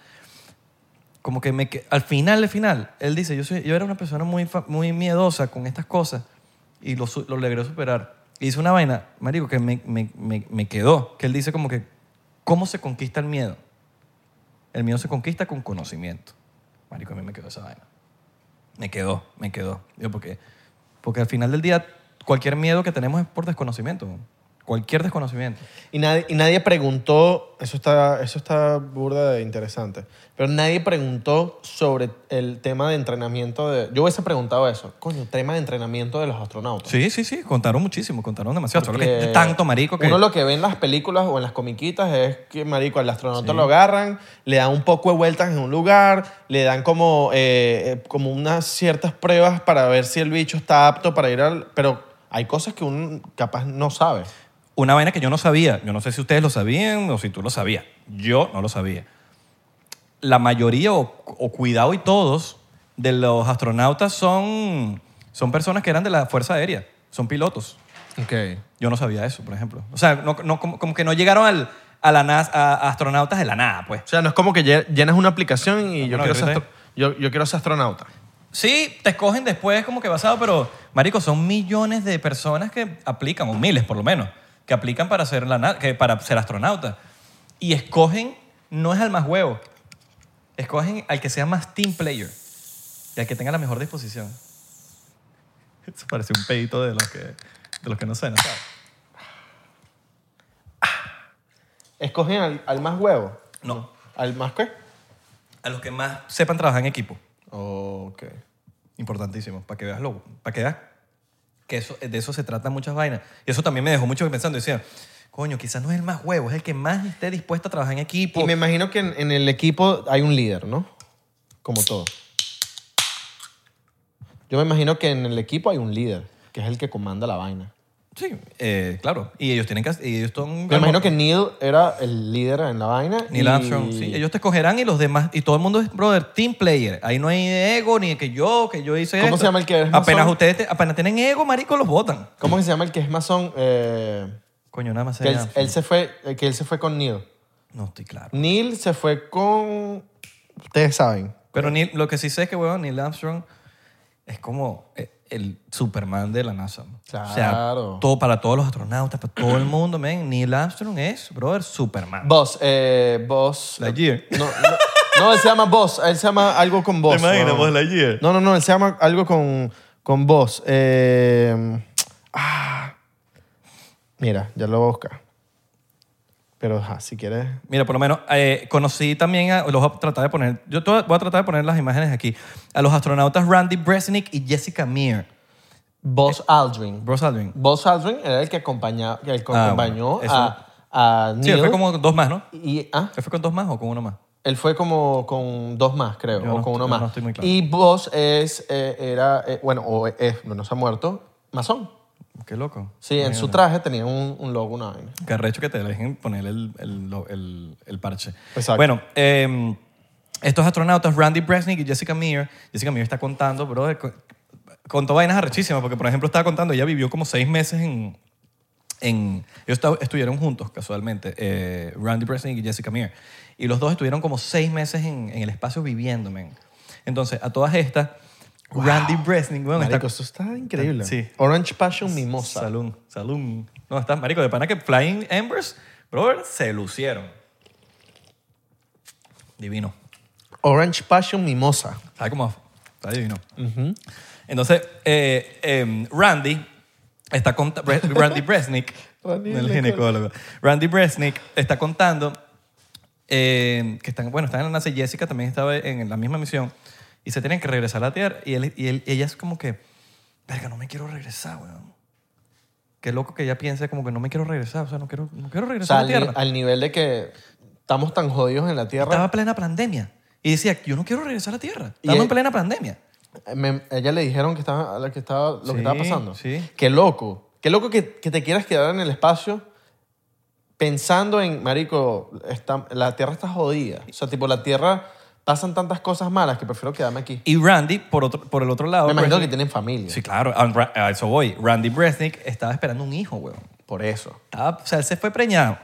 C: como que me que- al final al final él dice yo soy yo era una persona muy fa- muy miedosa con estas cosas y lo, su- lo logré superar y hice una vaina marico que me, me, me, me quedó que él dice como que cómo se conquista el miedo el miedo se conquista con conocimiento marico a mí me quedó esa vaina me quedó me quedó yo porque porque al final del día cualquier miedo que tenemos es por desconocimiento cualquier desconocimiento
B: Y nadie, y nadie preguntó, eso está, eso está burda de interesante, pero nadie preguntó sobre el tema de entrenamiento de... Yo hubiese preguntado eso, coño, tema de entrenamiento de los astronautas.
C: sí sí sí contaron muchísimo contaron demasiado
B: Porque
C: tanto marico que
B: Uno lo que ve en las películas o en las comiquitas es que, marico, al astronauta
C: Sí.
B: lo agarran, le dan un poco de vueltas en un lugar, le dan como, eh, eh, como unas ciertas pruebas para ver si el bicho está apto para ir al... Pero hay cosas que uno capaz no sabe.
C: una vaina que yo no sabía. Yo no sé si ustedes lo sabían o si tú lo sabías. Yo no lo sabía. La mayoría, o, o cuidado y todos, de los astronautas son, son personas que eran de la Fuerza Aérea. Son pilotos.
B: Ok.
C: Yo no sabía eso, por ejemplo. O sea, no- no- como, como que no llegaron al, a la NASA, a astronautas de la nada, pues.
B: O sea, no es como que lle- llenas una aplicación y yo
C: Vámonos,
B: quiero, ser
C: grita
B: astro- yo, yo quiero ser astronauta.
C: Sí, te escogen después como que basado, pero, marico, son millones de personas que aplican, o miles por lo menos, que aplican para ser, la, na- que para ser astronauta. Y escogen, no es al más huevo, escogen al que sea más team player y al que tenga la mejor disposición. (laughs) Eso parece un pedito de los que, de los que no suena, ¿sabes?
B: Escogen al, al más huevo.
C: No,
B: ¿Al más qué?
C: a los que más sepan trabajar en equipo.
B: Ok.
C: Importantísimo, para que veas lo, para que veas que eso, de eso se trata muchas vainas. Y eso también me dejó mucho pensando. Decía, coño, quizás no es el más huevo, es el que más esté dispuesto a trabajar en equipo.
B: Y me imagino que en, en el equipo hay un líder, ¿no? Como todo. Yo me imagino que en el equipo hay un líder, que es el que comanda la vaina.
C: Sí, eh, claro. Y ellos tienen que, y ellos son,
B: Me imagino que Neil era el líder en la vaina.
C: Neil
B: y-
C: Armstrong, sí. Ellos te cogerán y los demás, y todo el mundo es, brother, team player. Ahí no hay de ego, ni que yo, que yo hice
B: ¿Cómo
C: esto.
B: se llama el que es
C: Apenas
B: masón?
C: ustedes, te- apenas tienen ego, marico, los votan.
B: ¿Cómo que se llama el que es masón? Eh,
C: Coño, nada más.
B: que él,
C: era-
B: él se fue, eh, que él se fue con Neil.
C: No estoy claro.
B: Neil se fue con... Ustedes saben.
C: Pero Neil- lo que sí sé es que, weón, Neil Armstrong es como eh, el Superman de la NASA. ¿no? O
B: Claro.
C: sea, todo, para todos los astronautas, para todo el mundo, men. Neil Armstrong es, brother, Superman.
B: Boss, eh, Boss.
C: Lightyear.
B: No, no, no, él se llama Boss, él se llama algo con Boss. ¿no?
C: Lightyear?
B: No, no, no, él se llama algo con, con Boss. Eh, ah. mira, ya lo voy a buscar. Pero ajá, si quieres.
C: Mira, por lo menos eh, conocí también a los voy a tratar de poner. Yo to- voy a tratar de poner las imágenes aquí a los astronautas Randy Bresnik y Jessica Meir.
B: Boss Aldrin.
C: Bros Aldrin.
B: Boss Aldrin era el que, acompaña, el que
C: Ah,
B: acompañó
C: bueno, eso-
B: a, a
C: Sí,
B: Neil.
C: fue como dos más, ¿no?
B: y, ah,
C: ¿Fue con dos más o con uno más?
B: Él fue como con dos más, creo,
C: Yo
B: o
C: no
B: con
C: estoy-
B: uno
C: yo
B: más.
C: no estoy muy claro.
B: Y Boss es, eh, era, eh, bueno, o es, no, no se ha muerto, masón.
C: Qué loco.
B: Sí, en su traje tenía un, un logo, una vaina.
C: Qué arrecho que te dejen poner el, el, lo- el- el parche.
B: Exacto.
C: Bueno, eh, estos astronautas, Randy Bresnik y Jessica Meir, Jessica Meir está contando, brother, co- contó vainas arrechísimas, porque por ejemplo estaba contando, ella vivió como seis meses en... en ellos esta- estuvieron juntos, casualmente, eh, Randy Bresnik y Jessica Meir. Y los dos estuvieron como seis meses en, en el espacio viviendo, men. Entonces, a todas estas, Randy Bresnik, weón, está...
B: Marico, eso está increíble.
C: Sí.
B: Orange Passion Mimosa.
C: Salud, salud. No, estás marico de pana que Flying Embers, brother, se lucieron. Divino.
B: Orange Passion Mimosa.
C: ¿Sabes cómo? Está divino. Entonces, eh, em, Randy está cont- Bre- Randy Bresnik,
B: Randy
C: el
B: el
C: ginecólogo. Randy Bresnik está contando eh, que están, bueno, están en la NASA y Jessica también estaba en la misma misión y se tienen que regresar a la Tierra y, él, y él- y ella es como que, verga, no me quiero regresar, weón. Qué loco que ella piense como que no me quiero regresar, o sea, no quiero, no quiero
B: O
C: regresar
B: sea,
C: a la
B: al,
C: Tierra.
B: al nivel de que estamos tan jodidos en la
C: Estaba
B: Tierra.
C: en plena pandemia y decía, yo no quiero regresar a la Tierra.
B: Y
C: Estamos
B: él-
C: en plena pandemia.
B: me- ella le dijeron que estaba, lo que estaba, lo
C: Sí,
B: que estaba pasando.
C: sí.
B: Qué loco. Qué loco que, que te quieras quedar en el espacio pensando en, marico, está- la Tierra está jodida. O sea, tipo, la Tierra pasan tantas cosas malas que prefiero quedarme aquí.
C: Y Randy, por, otro, por el otro lado.
B: Me imagino que
C: Bresnik-
B: tienen familia.
C: Ah, pues Sí, claro. A Ra- a eso voy. Randy Bresnik estaba esperando un hijo, weón.
B: Por eso.
C: Estaba- o sea, él se fue preñado.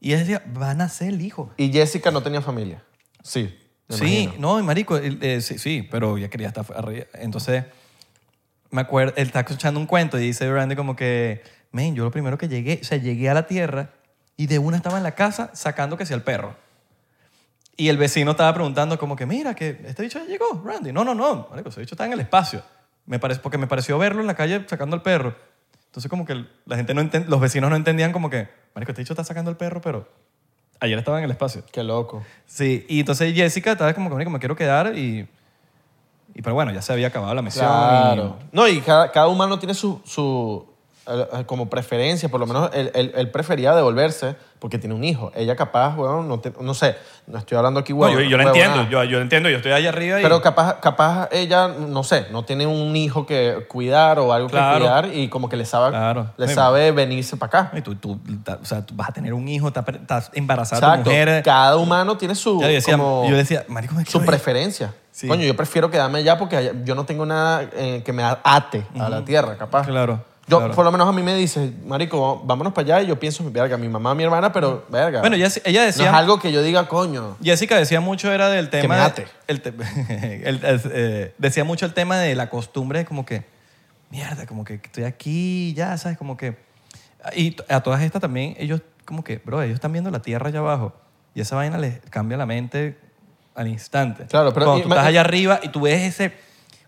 C: Y él decía, van a ser el hijo.
B: Y Jessica no tenía familia. Sí. me
C: sí,
B: imagino.
C: no, y marico, él, eh, sí, sí, pero ya quería estar arriba. Entonces, me acuerdo, él está escuchando un cuento y dice Randy como que, men, yo lo primero que llegué, o sea, llegué a la tierra y de una estaba en la casa sacando que sea el perro. Y el vecino estaba preguntando como que, mira, que este bicho ya llegó, Randy. No, no, no, marico, ese bicho está en el espacio. Me parece, porque me pareció verlo en la calle sacando al perro. Entonces como que la gente no enten- los vecinos no entendían como que, marico, este bicho está sacando el perro, pero ayer estaba en el espacio.
B: Qué loco.
C: Sí, y entonces Jessica estaba como que "Marico, me quiero quedar y, y pero bueno, ya se había acabado la misión.
B: Claro.
C: y-
B: No, y cada, cada humano tiene su, su eh, eh, como preferencia, por lo menos él, él- él prefería devolverse porque tiene un hijo. Ella capaz, weón, no, te- no sé, no estoy hablando aquí,
C: No,
B: weón.
C: yo, yo lo
B: huevonada.
C: entiendo, yo, yo lo entiendo, yo estoy allá arriba y
B: Pero capaz, capaz ella, no sé, no tiene un hijo que cuidar o algo
C: Claro.
B: que cuidar y como que le sabe,
C: Claro.
B: le
C: Sí.
B: sabe venirse para acá.
C: y tú, tú, ta- o sea, tú vas a tener un hijo, estás, pre- estás embarazada tu
B: Exacto.
C: mujer. eh.
B: Cada humano tiene su,
C: Ya yo, decía,
B: como,
C: yo decía, marico, me
B: su
C: quiero ir".
B: preferencia.
C: Sí.
B: Coño, yo prefiero quedarme allá porque allá- yo no tengo nada eh, que me ate a la tierra, capaz.
C: Claro,
B: Yo,
C: claro.
B: por lo menos a mí me dice, marico, vámonos para allá y yo pienso, verga, mi mamá, mi hermana, pero verga.
C: Bueno, ella, ella
B: No es
C: decía,
B: algo que yo diga, coño.
C: Jessica decía mucho era del tema...
B: me
C: de-
B: ate.
C: el te- (laughs) el- es- eh, decía mucho el tema de la costumbre, como que, mierda, como que estoy aquí, ya, ¿sabes? Como que... Y t- a todas estas también, ellos como que, bro, ellos están viendo la tierra allá abajo y esa vaina les cambia la mente al instante.
B: Claro, pero-
C: Cuando
B: y-
C: tú
B: ma-
C: estás allá arriba y tú ves ese...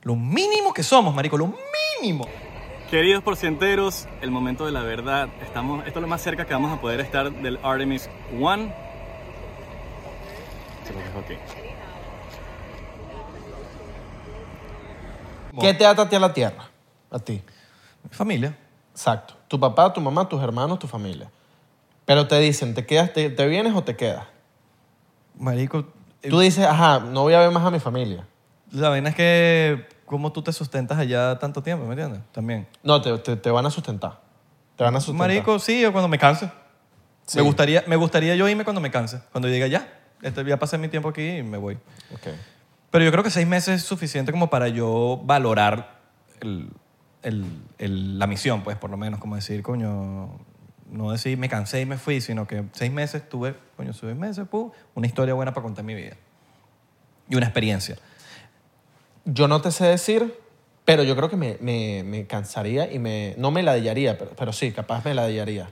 C: Lo mínimo que somos, marico, lo mínimo.
A: Queridos porcienteros, el momento de la verdad. Estamos, esto es lo más cerca que vamos a poder estar del Artemis 1. Se los dejo aquí.
B: ¿Qué te ata a ti a la tierra? A ti.
C: Familia.
B: Exacto. Tu papá, tu mamá, tus hermanos, tu familia. Pero te dicen, ¿te quedas, te, te vienes o te quedas?
C: Marico, eh,
B: Tú dices, ajá, no voy a ver más a mi familia.
C: la vaina es que cómo tú te sustentas allá tanto tiempo, ¿me entiendes? También.
B: No, te, te- te van a sustentar. Te van a sustentar.
C: Marico, sí, yo cuando me canse.
B: Sí.
C: Me, gustaría, me gustaría yo irme cuando me canse. Cuando yo diga, ya, este, ya pasé mi tiempo aquí y me voy.
B: Ok.
C: Pero yo creo que seis meses es suficiente como para yo valorar el- el- el- la misión, pues, por lo menos. Como decir, coño, no decir me cansé y me fui, sino que seis meses tuve, coño, seis meses, pum, una historia buena para contar mi vida. Y una experiencia.
B: Yo no te sé decir, pero yo creo que me, me- me cansaría y me, no me ladillaría, pero, pero sí, capaz me ladillaría.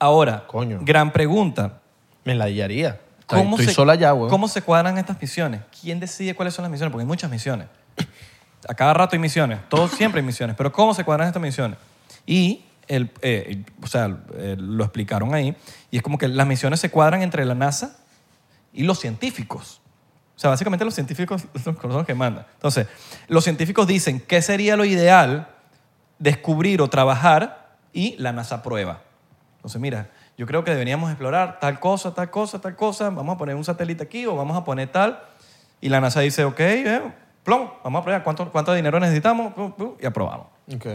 C: Ahora,
B: Coño.
C: gran pregunta.
B: Me ladillaría.
C: ¿Cómo
B: Estoy
C: se,
B: sola ya, güey.
C: ¿Cómo se cuadran estas misiones? ¿Quién decide cuáles son las misiones? Porque hay muchas misiones. A cada rato hay misiones. Todos siempre hay misiones. Pero ¿cómo se cuadran estas misiones? Y, el, eh, o sea, eh, lo explicaron ahí. Y es como que las misiones se cuadran entre la NASA y los científicos. O sea, básicamente los científicos (laughs) son los que mandan. Entonces, los científicos dicen qué sería lo ideal descubrir o trabajar y la NASA prueba. Entonces, mira, yo creo que deberíamos explorar tal cosa, tal cosa, tal cosa, vamos a poner un satélite aquí o vamos a poner tal. Y la NASA dice, ok, eh, plom, vamos a probar cuánto, cuánto dinero necesitamos pum, pum, y aprobamos.
B: Ok.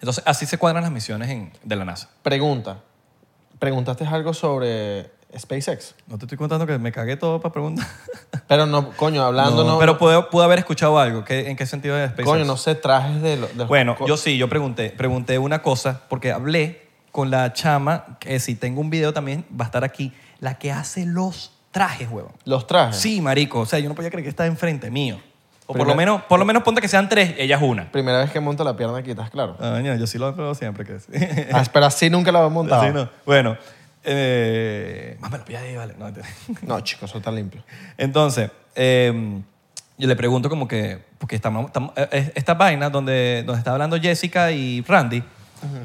C: Entonces, así se cuadran las misiones en- de la NASA.
B: Pregunta. Preguntaste algo sobre SpaceX.
C: No te estoy contando que me cagué todo para preguntar.
B: Pero no, coño, hablando no.
C: pero pude, pude haber escuchado algo. ¿Qué- ¿En qué sentido de SpaceX?
B: coño, no sé, trajes de, lo- de los.
C: Bueno,
B: co-
C: yo sí, yo pregunté, pregunté una cosa porque hablé con la chama, que si tengo un video también va a estar aquí, la que hace los trajes, huevón.
B: Los trajes.
C: Sí, marico, o sea, yo no podía creer que está enfrente mío. O por
B: Primera-
C: lo menos, por lo menos ponte que sean tres, ella es una.
B: Primera vez que monta la pierna aquí, ¿estás claro?
C: Ah, no, yo sí lo he probado siempre, que (laughs) sí.
B: Ah, pero así nunca la había montado.
C: Sí, no. Bueno, eh, más me lo pillas ahí, vale. No, mentira.
B: No, chicos, eso está limpio.
C: Entonces, eh, yo le pregunto como que, porque estamos, estamos- eh, eh, esta vaina donde, donde está hablando Jessica y Randy,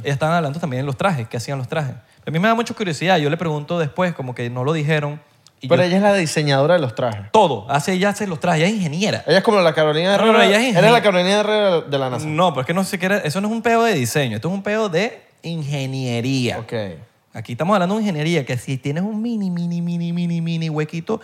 C: ellas estaban hablando también de los trajes, qué hacían los trajes. A mí me da mucha curiosidad, yo le pregunto después, como que no lo dijeron. Y
B: Pero
C: yo-
B: ella es la diseñadora de los trajes.
C: todo, hace, ella hace los trajes, ella es ingeniera.
B: Ella es como la Carolina
C: No,
B: Herrera.
C: no, ella es
B: Eres
C: ingeniera.
B: la Carolina Herrera de la NASA.
C: No, pero es que no sé qué era, eso no es un peo de diseño, esto es un peo de ingeniería.
B: Ok.
C: Aquí estamos hablando de ingeniería, que si tienes un mini, mini, mini, mini, mini huequito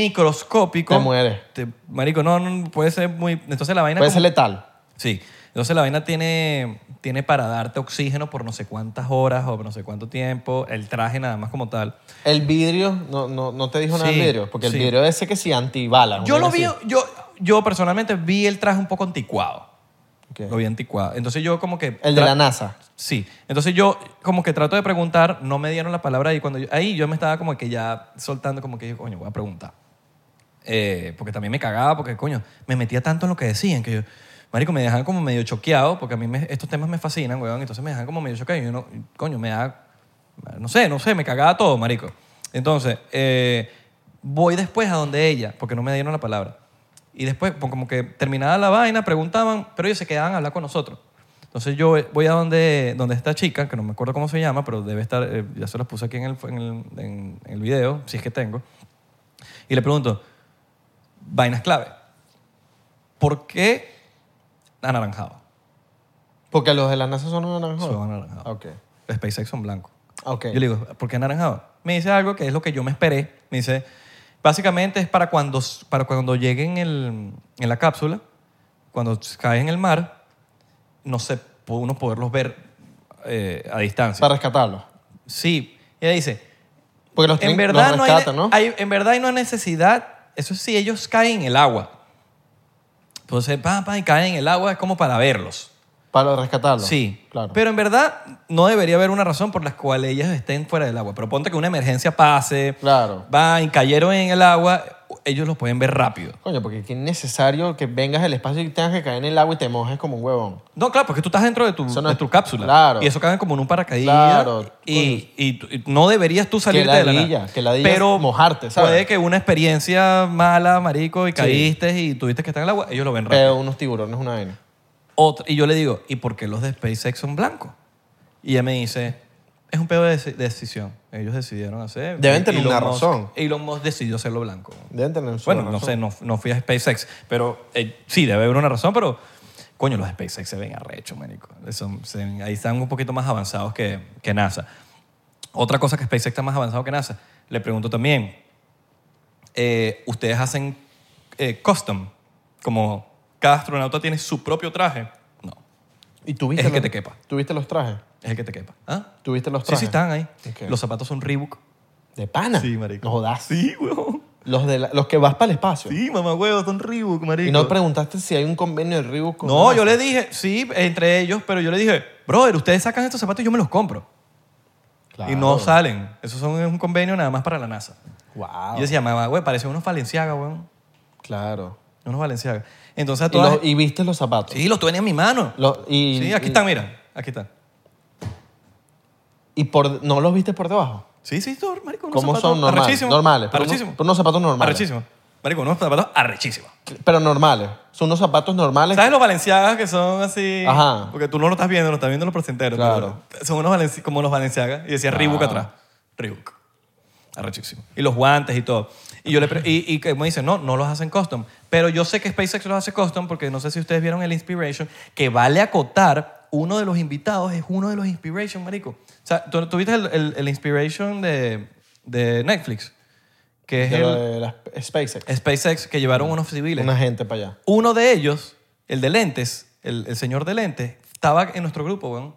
C: microscópico.
B: Te mueres.
C: te- marico, no, no, puede ser muy. Entonces la vaina.
B: Puede
C: como-
B: ser letal.
C: Sí. Entonces la vaina tiene, tiene para darte oxígeno por no sé cuántas horas o por no sé cuánto tiempo. El traje nada más como tal.
B: El vidrio, no, no, no te dijo nada
C: Sí,
B: del vidrio, porque
C: sí.
B: el vidrio ese que sí antibala.
C: Yo lo vi, yo, yo personalmente vi el traje un poco anticuado. Lo vi anticuado. Entonces yo como que.
B: El de
C: tra-
B: la NASA.
C: Sí. Entonces yo como que trato de preguntar, no me dieron la palabra y cuando yo- ahí yo me estaba como que ya soltando como que yo, coño, voy a preguntar. Eh, porque también me cagaba porque, coño, me metía tanto en lo que decían que yo, marico, me dejaban como medio choqueado porque a mí me- estos temas me fascinan, weón, entonces me dejaban como medio choqueado y yo no, coño, me da, no sé, no sé, me cagaba todo, marico. Entonces, eh, voy después a donde ella porque no me dieron la palabra. Y después, pues, como que terminada la vaina, preguntaban, pero ellos se quedaban a hablar con nosotros. Entonces yo voy a donde, donde esta chica, que no me acuerdo cómo se llama, pero debe estar, eh, ya se las puse aquí en el, en el- en el video, si es que tengo, y le pregunto, vainas clave, ¿por qué anaranjado?
B: Porque los de la NASA son anaranjados.
C: Son anaranjados.
B: Oh. Ok.
C: SpaceX son blancos.
B: Ok.
C: Yo le digo, ¿por qué anaranjado? Me dice algo que es lo que yo me esperé. Me dice, básicamente es para cuando, para cuando lleguen el, en la cápsula, cuando caen en el mar, no sé, pu- uno poderlos ver eh, a distancia.
B: Para rescatarlos.
C: Sí. Y ella dice,
B: Porque los,
C: en
B: tienen-
C: verdad,
B: los
C: no hay
B: rescatan,
C: ne-
B: ¿no?
C: hay- en verdad hay no hay necesidad. Eso sí, ellos caen en el agua. Entonces, pa, pa, y caen en el agua, es como para verlos.
B: Para rescatarlos.
C: Sí.
B: Claro.
C: Pero en verdad no debería haber una razón por la cual ellas estén fuera del agua. Pero ponte que una emergencia pase,
B: Claro.
C: van, cayeron en el agua, ellos los pueden ver rápido.
B: Coño, porque es necesario que vengas al espacio y tengas que caer en el agua y te mojes como un huevón.
C: No, claro, porque tú estás dentro de tu,
B: Eso no
C: de
B: es-
C: tu cápsula.
B: claro.
C: Y eso cae como en un paracaídas.
B: Claro, pues.
C: Y, y tú- y no deberías tú salirte de la
B: ladilla,
C: nada.
B: que ladilla es
C: Pero
B: mojarte, ¿sabes?
C: puede que una experiencia mala, marico, y caíste y tuviste que estar en el agua, ellos lo ven rápido.
B: Pero unos tiburones, una vaina.
C: Otra- y yo le digo, ¿y por qué los de SpaceX son blancos? Y ella me dice, es un pedo de deci- decisión. Ellos decidieron hacer.
B: Deben tener
C: Elon
B: una
C: Musk-
B: razón.
C: Elon Musk decidió hacerlo blanco.
B: Deben tener su
C: bueno, no
B: razón.
C: sé, no, no fui a SpaceX, pero eh, sí, debe haber una razón, pero coño, los de SpaceX se ven arrechos, marico. Son- se ven- ahí están un poquito más avanzados que, que NASA. Otra cosa que SpaceX está más avanzado que NASA, le pregunto también, eh, ustedes hacen eh, custom, como cada astronauta tiene su propio traje. No,
B: ¿Y tuviste
C: Es el que
B: los-
C: te quepa.
B: ¿Tuviste los trajes?
C: es el que te quepa. ¿Ah?
B: ¿Tuviste los
C: Sí,
B: trajes?
C: sí, están ahí.
B: Ok.
C: Los zapatos son Reebok.
B: ¿De pana?
C: Sí, marico.
B: No jodas.
C: Sí, huevón.
B: Los, de la- los que vas para el espacio.
C: Sí, mamá, huevo, son Reebok, marico.
B: Y no preguntaste si hay un convenio de Reebok con
C: No,
B: la
C: yo
B: NASA.
C: le dije, sí, entre ellos, pero yo le dije, brother, ustedes sacan estos zapatos y yo me los compro.
B: Claro.
C: Y no salen. Eso son, es un convenio nada más para la NASA.
B: Wow.
C: Y yo decía, mamá, güey, parecen unos Valenciaga, weón.
B: Claro.
C: Unos Valenciaga. Entonces a
B: Y,
C: todas...
B: los- y viste los zapatos.
C: sí, los tuve en mi mano.
B: Los- y,
C: sí, aquí
B: y-
C: están, mira. Aquí están.
B: ¿Y por, no los viste por debajo?
C: Sí, sí, tú, marico, unos
B: ¿Cómo
C: zapatos
B: son normales?
C: arrechísimos.
B: Normales, pero unos-
C: Arrechísimos.
B: pero unos zapatos normales.
C: Arrechísimos. Marico, unos zapatos arrechísimos.
B: Pero normales. Son unos zapatos normales.
C: ¿Sabes los valenciagas que son así?
B: Ajá.
C: Porque tú no lo estás viendo, lo estás viendo los porcenteros.
B: Claro.
C: pero Son unos valenci- como los valenciagas. Y decía Reebok atrás. Reebok. Arrechísimo. Y los guantes y todo. Y yo le pre- y, y que me dicen, no, no los hacen custom. Pero yo sé que SpaceX los hace custom porque no sé si ustedes vieron el Inspiration, que vale acotar, uno de los invitados es uno de los Inspiration, marico. O sea, ¿tú, tú viste el, el- el Inspiration de, de Netflix? Que es
B: de lo
C: el
B: de las SpaceX.
C: SpaceX que llevaron unos civiles.
B: Una gente para allá.
C: Uno de ellos, el de lentes, el, el señor de lentes, está estaba en nuestro grupo, weón.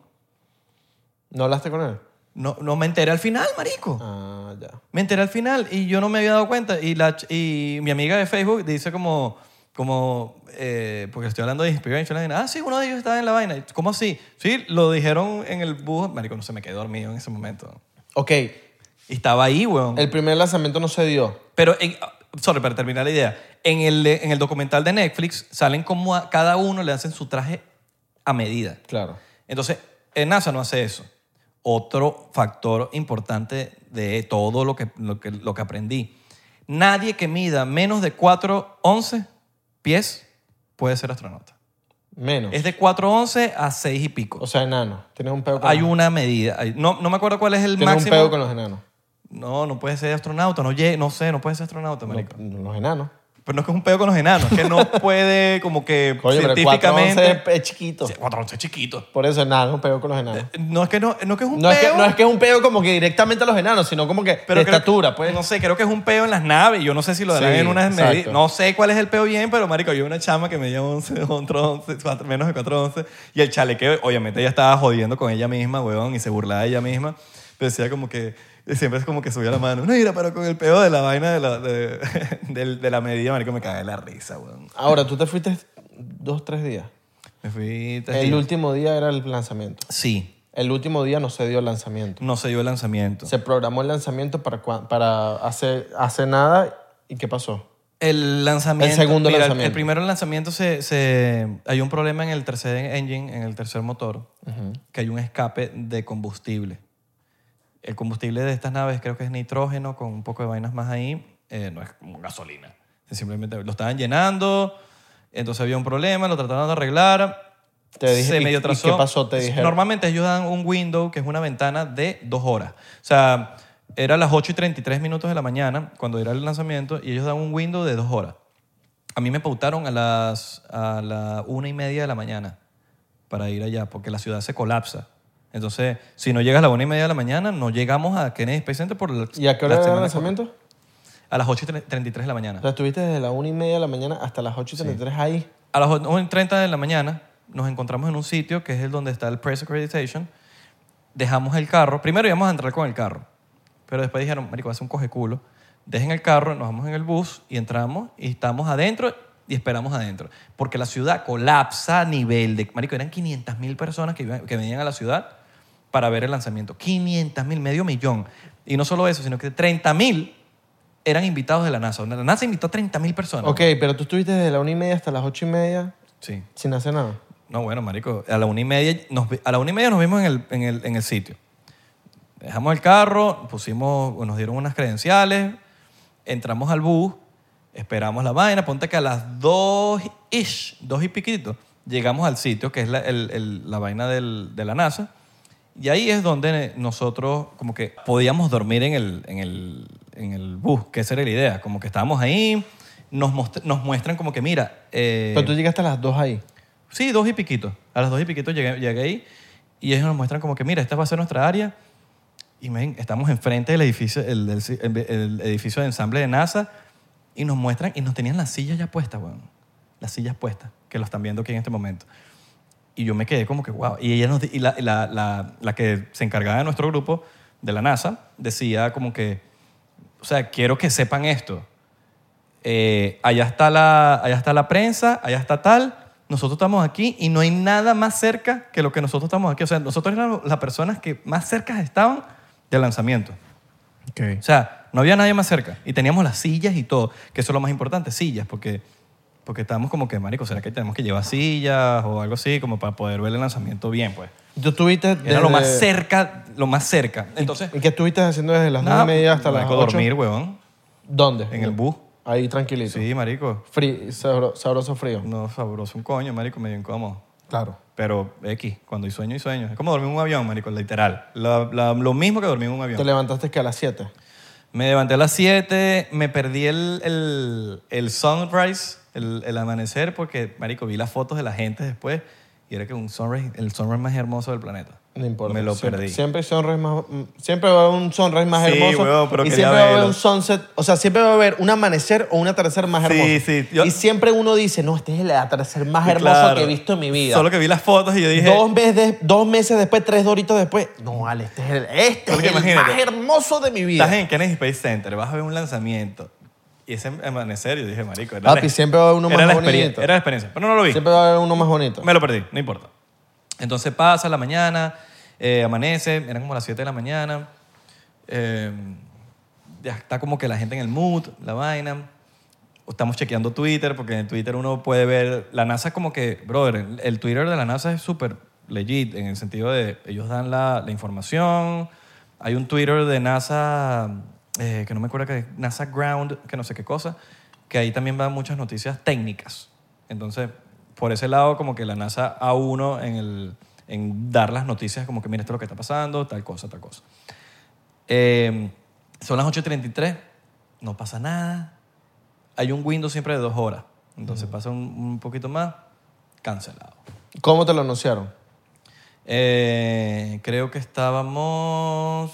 B: ¿No hablaste con él?
C: No, no me enteré al final, marico.
B: Ah, ya.
C: Me enteré al final y yo no me había dado cuenta. Y, la, ch- y mi amiga de Facebook dice como, como eh, porque estoy hablando de Inspiration, la vaina, ah, sí, uno de ellos estaba en la vaina. ¿Cómo así? Sí, lo dijeron en el bus. Marico, no se me quedé dormido en ese momento.
B: Ok,
C: Y estaba ahí, weón.
B: el primer lanzamiento no se dio.
C: Pero, en- sorry, para terminar la idea, en el, en el documental de Netflix salen como a cada uno le hacen su traje a medida.
B: Claro.
C: Entonces, eh, NASA no hace eso. Otro factor importante de todo lo que, lo que, lo que aprendí. Nadie que mida menos de 4,11 pies puede ser astronauta.
B: Menos.
C: Es de 4,11 a 6 y pico.
B: O sea, enano. Tienes un peo con
C: hay
B: los-
C: una medida. Hay- No, no me acuerdo cuál es el
B: Tienes
C: máximo.
B: un peo con los enanos.
C: No, no puede ser astronauta. No, lle- no sé, no puede ser astronauta, marico.
B: No, Los enanos.
C: Pero no es que es un pedo con los enanos, es que
B: (laughs)
C: no puede como que
B: Coño, pero el 411
C: científicamente...
B: es chiquito.
C: Sí, 411 es chiquito.
B: Por eso enano, un peo con los enanos.
C: No es que, no, no es, que es Eh, un
B: No es, que,
C: peo,
B: no es que es un peo como que directamente a los enanos, sino como que de
C: creo-
B: estatura, pues.
C: No sé, creo que es un peo en las naves. Yo no sé si lo darán
B: Sí,
C: en unas
B: exacto.
C: medidas. No sé cuál es el peo bien, pero marico, yo una chama que me dio (laughs) 11, 11, 11, cuatro- menos de 411. Y el chalequeo, obviamente ella estaba jodiendo con ella misma, weón, y se burlaba de ella misma. Pero decía como que, siempre es como que subía la mano. No, mira, pero con el peo de la vaina de la, de, (laughs) del- de la medida, marico, me cagué la risa, weón.
B: Ahora, tú te fuiste dos, tres días.
C: Me fui... tres
B: El
C: días.
B: último día era el lanzamiento.
C: Sí,
B: El último día no se dio el lanzamiento.
C: No se dio el lanzamiento.
B: Se programó el lanzamiento para, cua- para hace, hace nada. ¿Y qué pasó?
C: El lanzamiento.
B: El segundo
C: mira, el-
B: lanzamiento.
C: El primero lanzamiento se, se- Hay un problema en el tercer engine, en el tercer motor, que hay un escape de combustible. El combustible de estas naves creo que es nitrógeno con un poco de vainas más ahí. eh, no es como gasolina. Es Simplemente lo estaban llenando, entonces había un problema, lo trataron de arreglar.
B: Te dije-
C: se
B: ¿y-
C: medio
B: y
C: trazó.
B: qué pasó? Te dijeron.
C: Normalmente ellos dan un window que es una ventana de dos horas. O sea, era las 8 y 33 minutos de la mañana cuando era el lanzamiento y ellos dan un window de dos horas. A mí me pautaron a las a la una y media de la mañana para ir allá porque la ciudad se colapsa. Entonces, si no llegas a la una y media de la mañana, no llegamos a Kennedy Space Center por la,
B: ¿Y a qué hora
C: la
B: era el
C: semana-
B: lanzamiento?
C: A las 8 y tre- 33 de la mañana.
B: O sea, estuviste desde la 1 y media de la mañana hasta las 8 y 33 ahí.
C: A las 1.30 de la mañana nos encontramos en un sitio que es el donde está el Press Accreditation. Dejamos el carro. Primero íbamos a entrar con el carro. Pero después dijeron, marico, hace un coge culo. Dejen el carro, nos vamos en el bus y entramos y estamos adentro y esperamos adentro. Porque la ciudad colapsa a nivel de... Marico, eran 500 mil personas que, iban- que venían a la ciudad para ver el lanzamiento. 500 mil, medio millón. Y no solo eso, sino que 30 mil eran invitados de la NASA. La NASA invitó a 30 mil personas.
B: Ok, pero tú estuviste desde la 1 y media hasta las 8 y media
C: Sí.
B: sin hacer nada.
C: No, bueno, marico, a la una y media nos, vi- a la una y media nos vimos en el, en, el, en el sitio. Dejamos el carro, pusimos, nos dieron unas credenciales, entramos al bus, esperamos la vaina, ponte que a las dos ish, dos y piquito, llegamos al sitio que es la, el- el- la vaina del- de la NASA y ahí es donde nosotros como que podíamos dormir en el, en el, en el bus, que esa era la idea, como que estábamos ahí, nos, most- nos muestran como que mira... eh,
B: Pero tú llegaste a las 2 ahí.
C: Sí, dos y piquito. A las dos y piquito llegué, llegué ahí y ellos nos muestran como que, mira, esta va a ser nuestra área. Y men, estamos enfrente del edificio, el, del ci- el- el edificio de ensamble de NASA y nos muestran y nos tenían las sillas ya puestas, weón. Las sillas puestas, que lo están viendo aquí en este momento. Y yo me quedé como que, wow. Y, ella nos, di- y la, y la- la- la que se encargaba de nuestro grupo, de la NASA, decía como que, o sea, quiero que sepan esto. Eh, allá, está la, allá está la prensa, allá está tal. Nosotros estamos aquí y no hay nada más cerca que lo que nosotros estamos aquí. O sea, nosotros éramos las personas que más cerca estaban del lanzamiento. O sea, no había nadie más cerca. Y teníamos las sillas y todo, que eso es lo más importante, sillas, porque, porque estábamos como que, marico, ¿será que tenemos que llevar sillas o algo así como para poder ver el lanzamiento bien? Pues
B: Y Tú estuviste
C: era lo
B: desde-
C: más cerca, lo más cerca. Entonces,
B: ¿Y qué estuviste haciendo desde las 9
C: nada,
B: y media hasta las Uh.
C: marico,
B: 8?
C: dormir, huevón,
B: ¿Dónde?
C: en el bus.
B: Ahí tranquilito.
C: Sí, marico.
B: Fri- sabro- sabroso frío.
C: No, sabroso un coño, marico, medio incómodo.
B: Claro.
C: Pero X, cuando hay sueño, hay sueño. Es como dormir en un avión, marico, literal. La- la- lo mismo que dormir en un
B: ¿Te
C: avión.
B: levantaste que a las 7?
C: Me levanté a las 7, me perdí el, el, el sunrise, el, el amanecer, porque, marico, vi las fotos de la gente después Y era que un sunrise, el sunrise más hermoso del planeta.
B: No importa.
C: Me lo
B: siempre,
C: perdí.
B: Siempre, hay sunrise más, mm, siempre va a haber un sunrise más
C: Sí,
B: hermoso.
C: huevón, pero
B: y
C: quería
B: siempre va a haber
C: verlo.
B: un sunset. O sea, siempre va a haber un amanecer o un atardecer más
C: Sí,
B: hermoso.
C: sí, yo-
B: Y siempre uno dice, no, este es el atardecer más
C: Y
B: hermoso
C: claro,
B: que he visto en mi vida.
C: Solo que vi las fotos y yo dije.
B: dos, meses, dos meses después, tres doritos después. No, Ale, este es el, este
C: Porque
B: es el
C: imagínate,
B: más hermoso de mi vida.
C: Estás en Kennedy Space Center, vas a ver un lanzamiento. Y ese amanecer, yo dije, marico. Era
B: Papi,
C: la-
B: siempre va a haber uno
C: era
B: más
C: la
B: bonito.
C: experiencia, Era la experiencia, pero no lo vi.
B: Siempre va a haber uno más bonito.
C: Me lo perdí, no importa. Entonces pasa la mañana, eh, amanece, eran como las 7 de la mañana. eh, ya está como que la gente en el mood, la vaina. Estamos chequeando Twitter, porque en el Twitter uno puede ver. La NASA, como que, brother, el- el Twitter de la NASA es súper legit, en el sentido de ellos dan la, la información. Hay un Twitter de NASA, eh, que no me acuerdo que NASA Ground, que no sé qué cosa, que ahí también van muchas noticias técnicas. Entonces, por ese lado, como que la NASA a uno en, el, en dar las noticias, como que mira esto es lo que está pasando, tal cosa, tal cosa. Eh, son las 8.33, no pasa nada. Hay un window siempre de dos horas. Entonces pasa un, un poquito más, cancelado.
B: ¿Cómo te lo anunciaron?
C: Eh, creo que estábamos...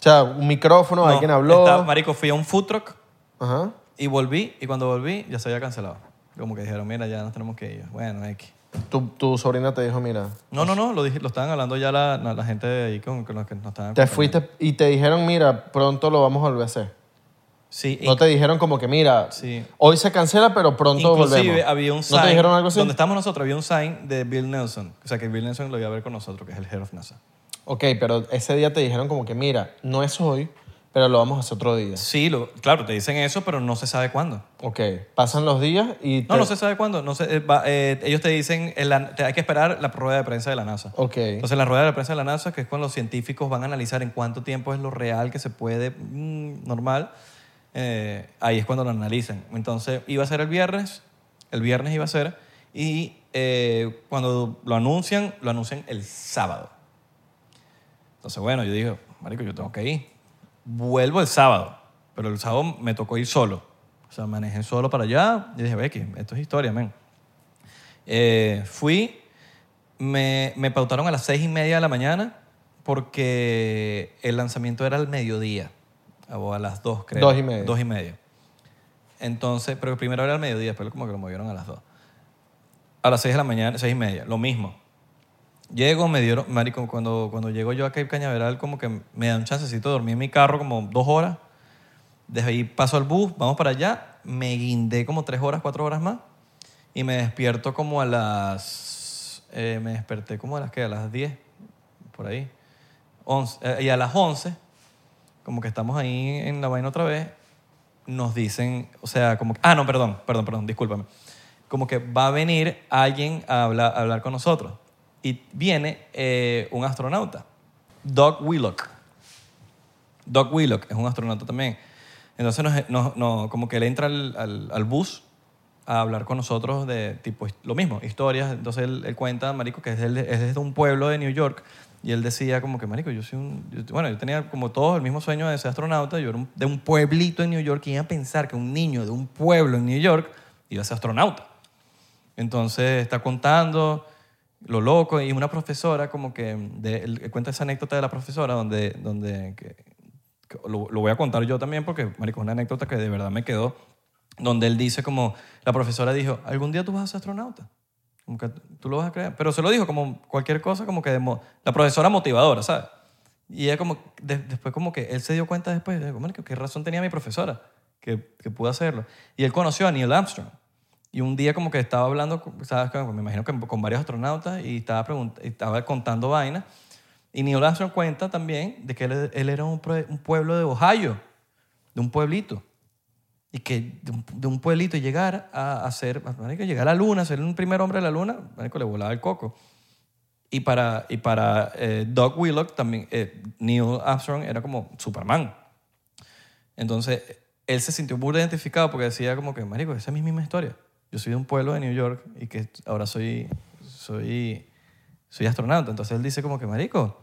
B: O sea, un micrófono,
C: no,
B: alguien habló.
C: estaba- marico, fui a un food truck
B: Ajá.
C: y volví. Y cuando volví, ya se había cancelado. Como que dijeron, mira, ya nos tenemos que ir. Bueno, X.
B: Tu, tu sobrina te dijo, mira,
C: No, no, no, lo, dije- lo estaban hablando ya la, la- la gente de ahí con, con los que nos estaban...
B: te
C: acompañando.
B: fuiste y te dijeron, mira, pronto lo vamos a volver a hacer.
C: Sí,
B: No te dijeron como que, mira,
C: Sí.
B: hoy se cancela, pero pronto
C: Inclusive
B: volvemos.
C: había un sign.
B: ¿No te dijeron algo así?
C: Donde estamos nosotros había un sign de Bill Nelson. O sea, que Bill Nelson lo iba a ver con nosotros, que es el head of NASA.
B: Ok, pero ese día te dijeron como que, mira, no es hoy, pero lo vamos a hacer otro día.
C: Sí, lo, claro, te dicen eso, pero no se sabe cuándo.
B: Ok, pasan los días y...
C: No,
B: te-
C: no se sabe cuándo. No se, eh, va- eh, ellos te dicen, en la- te- hay que esperar la rueda de prensa de la NASA.
B: Ok.
C: Entonces, la rueda de prensa de la NASA, que es cuando los científicos van a analizar en cuánto tiempo es lo real que se puede, mm, normal, eh, ahí es cuando lo analizan. Entonces, iba a ser el viernes, el viernes iba a ser, y eh, cuando lo anuncian, lo anuncian el sábado. Entonces, bueno, yo dije, marico, yo tengo que ir. Vuelvo el sábado, pero el sábado me tocó ir solo. O sea, manejé solo para allá. Yo dije, Becky, esto es historia, men. Eh, fui, me, me pautaron a las seis y media de la mañana porque el lanzamiento era al mediodía, o a las dos, creo.
B: Dos y media.
C: Dos y media. Entonces, pero primero era al mediodía, después como que lo movieron a las dos. A las seis de la mañana, seis y media, lo mismo. Llego, me dieron, marico, cuando, cuando llego yo a Cape Cañaveral, como que me da un chancecito de dormir en mi carro como dos horas. Desde ahí paso al bus, vamos para allá. Me guindé como tres horas, cuatro horas más. Y me despierto como a las... eh, me desperté como a las, ¿qué? A las 10, por ahí. 11, eh, y a las 11, como que estamos ahí en la vaina otra vez, nos dicen, o sea, como... que- Ah, no, perdón, perdón, perdón, discúlpame. Como que va a venir alguien a hablar, a hablar con nosotros. Y viene eh, un astronauta, Doc Willock. Doc Willock es un astronauta también. Entonces, nos, nos- nos- como que él entra al, al- al bus a hablar con nosotros de tipo his- lo mismo, historias. Entonces, él, él cuenta, Marico, que es, él es desde un pueblo de New York. Y él decía como que, Marico, yo soy un... yo- bueno, yo tenía como todos el mismo sueño de ser astronauta. Yo era un- de un pueblito en New York y iba a pensar que un niño de un pueblo en New York iba a ser astronauta. Entonces está contando lo loco y una profesora como que de- él cuenta esa anécdota de la profesora donde, donde que- que lo, lo voy a contar yo también porque, marico, es una anécdota que de verdad me quedó donde él dice como la profesora dijo, algún día tú vas a ser astronauta. Como que tú lo vas a creer. Pero se lo dijo como cualquier cosa, como que de mo- la profesora motivadora, ¿sabes? Y ella como, de- después como que él se dio cuenta después, de, "Marico, ¿qué razón tenía mi profesora que, que pudo hacerlo? Y él conoció a Neil Armstrong. Y un día como que estaba hablando, con- ¿sabes? Como, me imagino que con varios astronautas y estaba, pregunt- y estaba contando vainas. Y Neil Armstrong cuenta también de que él, él era un, prue- un pueblo de Ohio, de un pueblito y que de un, de un pueblito y llegar a, a ser, marico, llegar a la luna, ser el primer hombre de la luna, marico, le volaba el coco. Y para, y para eh, Doc Willock también, eh, Neil Armstrong era como Superman. Entonces, él se sintió muy identificado porque decía como que, marico, esa es mi misma historia. Yo soy de un pueblo de New York y que ahora soy, soy, soy astronauta. Entonces, él dice como que, marico,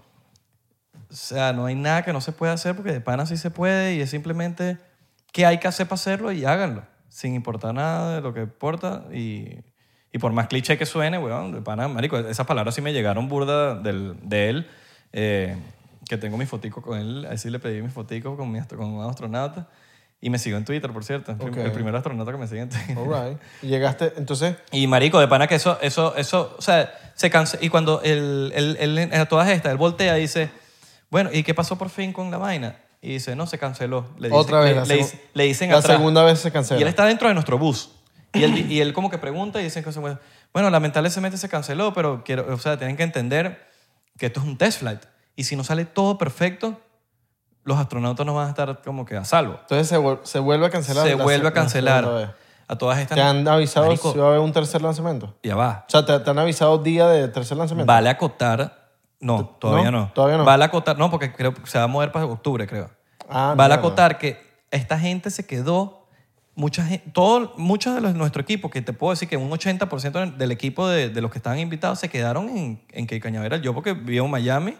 C: o sea, no hay nada que no se pueda hacer porque de pana sí se puede y es simplemente qué hay que hacer para hacerlo y háganlo, sin importar nada de lo que importa y, y Y por más cliché que suene, weón, de pana, marico, esas palabras sí me llegaron burda del- de él. eh, que tengo mi fotico con él, así le pedí mi fotico con, mi astro- con un astronauta. Y me siguió en Twitter, por cierto. el prim-
B: Ok.
C: El primer astronauta que me sigue en Twitter.
B: All right. Y llegaste, entonces,
C: Y marico, de pana que eso, eso, eso, o sea, se cansa. Y cuando él, él, él- a todas estas, él voltea y dice, bueno, ¿y qué pasó por fin con la vaina? Y dice, no, se canceló. Le dicen-
B: otra vez.
C: le-
B: la
C: le,
B: segu-
C: dic- le dicen
B: La
C: atrás.
B: segunda vez se cancela.
C: Y él está dentro de nuestro bus. Y él, di- y él como que pregunta y dicen que se mueve. Bueno, lamentablemente se canceló, pero quiero, o sea, tienen que entender que esto es un test flight. Y si no sale todo perfecto, los astronautas no van a estar como que a salvo.
B: Entonces se, vuel- se vuelve a cancelar.
C: se
B: la
C: vuelve
B: se-
C: a
B: la segunda vez.
C: cancelar. A todas estas.
B: ¿Te han avisado
C: Marico,
B: si va a haber un tercer lanzamiento?
C: Ya va.
B: O sea, ¿te, te han avisado día de tercer lanzamiento?
C: Vale acotar. No, todavía
B: no?
C: no.
B: Todavía no.
C: Vale acotar. No, porque creo que se va a mover para octubre, creo.
B: Ah,
C: vale
B: mierda.
C: acotar que esta gente se quedó. Mucha gente, todo, muchos de los- nuestro equipo, que te puedo decir que un 80% del equipo de, de los que estaban invitados se quedaron en, en que Cañaveral. Yo, porque vivo en Miami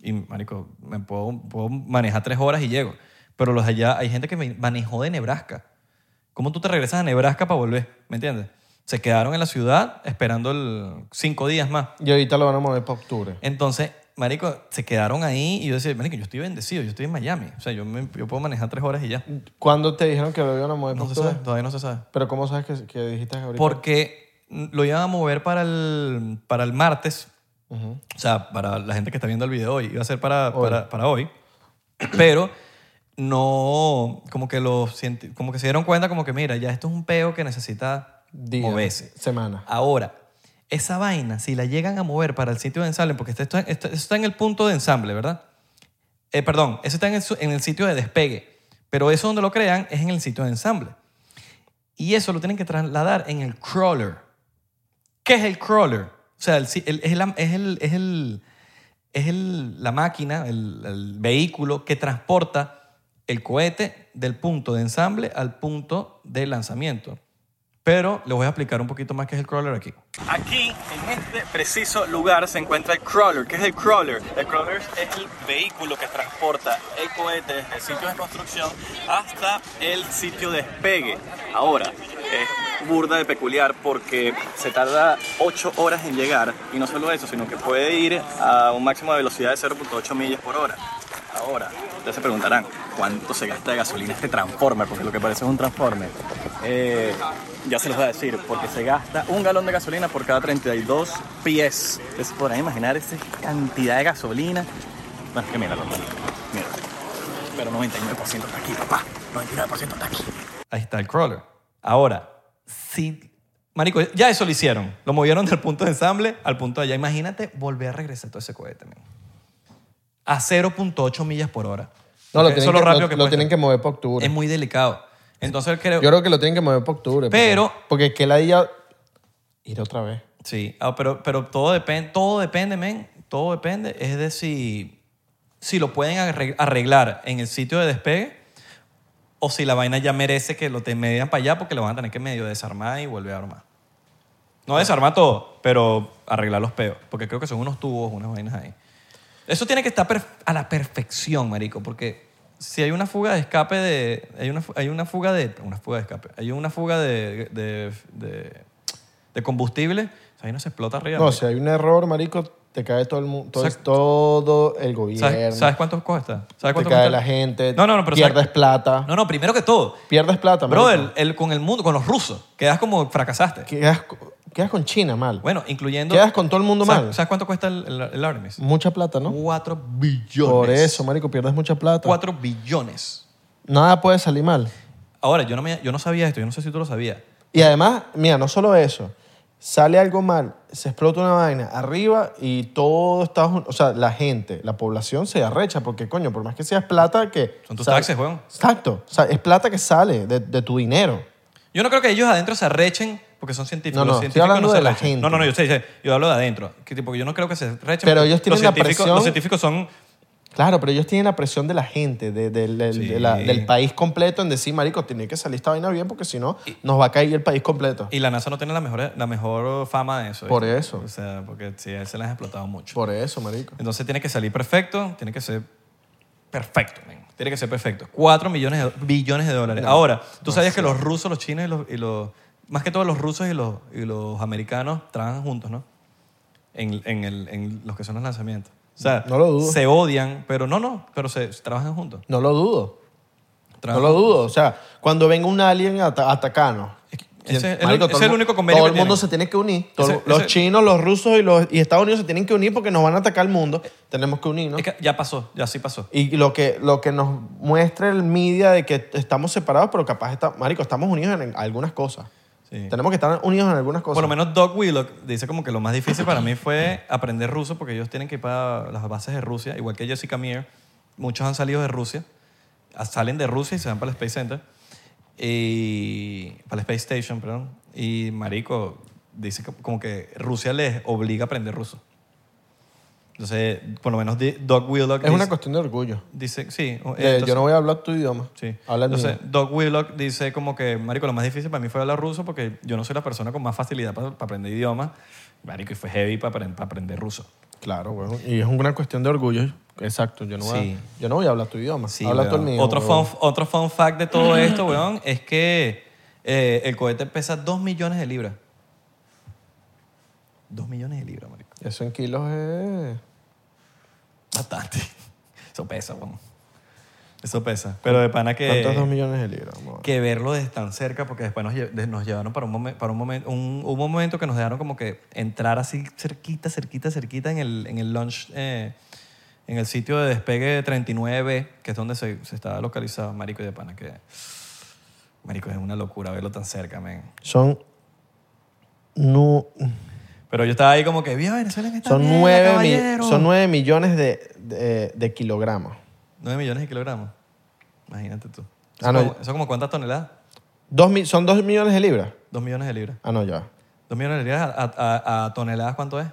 C: y, marico, me puedo, puedo manejar tres horas y llego. Pero los de allá, hay gente que me manejó de Nebraska. ¿Cómo tú te regresas a Nebraska para volver? ¿Me entiendes? Se quedaron en la ciudad esperando el cinco días más.
B: Y ahorita lo van a mover para octubre.
C: Entonces, marico, se quedaron ahí y yo decía, marico, yo estoy bendecido, yo estoy en Miami. O sea, yo, me- yo puedo manejar tres horas y ya.
B: ¿Cuándo te dijeron que lo iban a mover
C: No
B: para
C: se
B: octubre?
C: sabe, todavía no se sabe.
B: Pero ¿cómo sabes que, que dijiste ahorita?
C: Porque lo iban a mover para el, para el martes. O sea, para la gente que está viendo el video hoy. Iba a ser para
B: Hoy.
C: hoy. Para, para hoy. Pero no, como que, los, cienti- como que se dieron cuenta como que, mira, ya esto es un peo que necesita
B: Día,
C: moverse. Ah,
B: semana.
C: Ahora, esa vaina, si la llegan a mover para el sitio de ensamble, porque esto, esto- esto está en el punto de ensamble, ¿verdad? Eh, perdón, eso está en el, su- en el sitio de despegue, pero eso donde lo crean es en el sitio de ensamble. Y eso lo tienen que trasladar en el crawler. ¿Qué es el crawler? O sea, el si- el- es, la, es, el, es, el, es el- la máquina, el, el vehículo que transporta el cohete del punto de ensamble al punto de lanzamiento. Pero les voy a explicar un poquito más qué es el crawler aquí. Aquí, en este preciso lugar, se encuentra el crawler. ¿Qué es el crawler? El crawler es el vehículo que transporta el cohete desde el sitio de construcción hasta el sitio de despegue. Ahora, es burda de peculiar porque se tarda 8 horas en llegar y no solo eso, sino que puede ir a un máximo de velocidad de 0.8 millas por hora. Ahora, ustedes se preguntarán, ¿cuánto se gasta de gasolina este transformer? Porque lo que parece es un transformer. Eh, ya se los voy a decir, porque se gasta un galón de gasolina por cada 32 pies. Ustedes se podrán imaginar esa cantidad de gasolina. Bueno, es que míralo, míralo. míralo. Pero 99% está aquí, papá. 99% está aquí. Ahí está el crawler. Ahora, si... Marico, ya eso lo hicieron. Lo movieron del punto de ensamble al punto de allá. Imagínate volver a regresar todo ese cohete, man a 0.8 millas por hora.
B: No, lo,
C: Ok,
B: tienen,
C: Eso es
B: que,
C: lo rápido
B: lo-
C: que
B: lo
C: puede
B: tienen que
C: estar.
B: mover para octubre.
C: Es muy delicado. Entonces creo...
B: Yo creo que lo tienen que mover para octubre. porque-
C: Pero-
B: Porque, que la día... Ir otra vez.
C: Sí, ah, pero, pero todo, depende, todo depende, men. Todo depende. Es de si, si lo pueden arreg- arreglar en el sitio de despegue o si la vaina ya merece que lo te median para allá porque lo van a tener que medio desarmar y volver a armar.
B: Ah.
C: No desarmar todo, pero arreglar los peos. Porque creo que son unos tubos, unas vainas ahí. Eso tiene que estar perf- a la perfección, marico, porque si hay una fuga de escape de... Hay una, fu- hay una fuga de... Una fuga de escape. Hay una fuga de, de, de, de combustible, ahí no se explota arriba.
B: No,
C: marico.
B: si hay un error, marico, te cae todo el mundo, todo,
C: Exacto.
B: todo el gobierno.
C: ¿Sabes, ¿Sabes cuánto cuesta? ¿Sabes
B: te
C: cuánto
B: cae
C: cuesta?
B: la gente.
C: No, no, no, pero
B: pierdes
C: ¿sabes?
B: plata.
C: No, no, primero que todo.
B: Pierdes plata,
C: Bro,
B: marico.
C: el, el- con el mundo, con los rusos, quedas como fracasaste.
B: Quedas, co- quedas con China mal.
C: Bueno, incluyendo...
B: Quedas con todo el mundo
C: ¿sabes,
B: mal.
C: ¿Sabes cuánto cuesta el, el, el Artemis?
B: Mucha plata, ¿no?
C: Cuatro billones.
B: Por eso, marico, pierdes mucha plata.
C: Cuatro billones.
B: Nada puede salir mal.
C: Ahora, yo no, me, yo no sabía esto, yo no sé si tú lo sabías.
B: Y además, mira, no solo eso. Sale algo mal, se explota una vaina arriba y todo Estados Unidos, o sea, la gente, la población se arrecha porque, coño, por más que seas plata que...
C: Son tus
B: sale-
C: taxes, weón.
B: Exacto. O sea, es plata que sale de, de tu dinero.
C: Yo no creo que ellos adentro se arrechen porque son científicos.
B: No, no,
C: Los
B: estoy
C: científicos
B: hablando
C: no se
B: de la
C: arrechan.
B: gente.
C: No, no, no, yo, sé, yo sé, yo hablo de adentro. Que tipo, yo no creo que se arrechen.
B: Pero
C: porque
B: ellos
C: los
B: tienen la
C: científicos-
B: presión-
C: Los científicos son...
B: Claro, pero ellos tienen la presión de la gente, de- de- de-
C: Sí.
B: de la- del país completo en decir, marico, tiene que salir esta vaina bien porque si no, nos va a caer el país completo.
C: Y la NASA no tiene la mejor, la mejor fama de eso.
B: Por
C: ¿viste?
B: eso.
C: O sea, porque sí, a él se la han explotado mucho.
B: Por eso, marico.
C: Entonces tiene que salir perfecto, tiene que ser perfecto, men. tiene que ser perfecto. Cuatro millones de, billones de dólares. Ahora, tú sabías que los rusos, los chinos y los, y los más que todos los rusos y los, y los americanos trabajan juntos, ¿no? En, en el- en los que son los lanzamientos. O sea,
B: No lo dudo.
C: se odian, pero no, no, pero se, se trabajan juntos.
B: No lo dudo. No
C: Trabajan
B: lo dudo. O sea, cuando venga un alien a ata- atacarnos.
C: Ese pues. es el-
B: marico,
C: ese
B: todo
C: es el
B: mu-
C: único convenio
B: Todo
C: que
B: el mundo
C: tienen.
B: se tiene que unir. Todo-
C: Ese-
B: los
C: ese-
B: chinos, los rusos y, los, y Estados Unidos se tienen que unir porque nos van a atacar el mundo. Tenemos que unirnos.
C: Es que ya pasó, ya sí pasó.
B: Y lo que, lo que nos muestra el media de que estamos separados, pero capaz, está, marico, estamos unidos en algunas cosas.
C: Sí.
B: Tenemos que estar unidos en algunas cosas.
C: Por lo menos Doc Willock dice como que lo más difícil para mí fue aprender ruso porque ellos tienen que ir para las bases de Rusia, igual que Jessica Meir. Muchos han salido de Rusia, a- salen de Rusia y se van para el Space Center, y, para el Space Station, perdón. Y Marico dice que- como que Rusia les obliga a aprender ruso. Entonces, por lo menos Di- Doc Willock
B: es
C: dice,
B: una cuestión de orgullo.
C: dice- sí, eh,
B: De,
C: entonces-
B: yo no voy a hablar tu idioma.
C: Sí.
B: Habla el
C: Entonces,
B: mío.
C: Doc Willock dice como que, marico, lo más difícil para mí fue hablar ruso porque yo no soy la persona con más facilidad para, aprender idiomas. Marico, y fue heavy para, aprender ruso.
B: Claro, huevón. Y es una cuestión de orgullo. Exacto. Yo no voy,
C: Sí.
B: a, yo no voy a hablar tu idioma. Habla tú el mío.
C: otro,
B: huevón.
C: fun, otro fun fact de todo esto, weón, es que eh, el cohete pesa 2 millones de libras. 2 millones de libras, marico.
B: Eso en kilos es...
C: Bastante. Eso pesa, weón. Eso pesa. Pero de pana que...
B: ¿Cuántos dos millones de libras? Vamos a ver.
C: que verlo desde tan cerca porque después nos, lle- de- nos llevaron para un momento para un momento un, hubo un momento que nos dejaron como que entrar así cerquita cerquita cerquita en el en el launch eh, en el sitio de despegue 39B que es donde se, se está localizado marico y de pana que marico es una locura verlo tan cerca men
B: Son... No,
C: pero yo estaba ahí como que vía Venezuela en esta
B: son,
C: mierda,
B: nueve mi-
C: caballero".
B: son nueve millones de, de- de kilogramos.
C: Nueve millones de kilogramos imagínate tú eso,
B: Ah, no,
C: como, eso como cuántas toneladas
B: Dos mi- ¿Son dos millones de libras?
C: dos millones de libras
B: Ah, no, ya.
C: dos millones de libras a- a- a toneladas cuánto es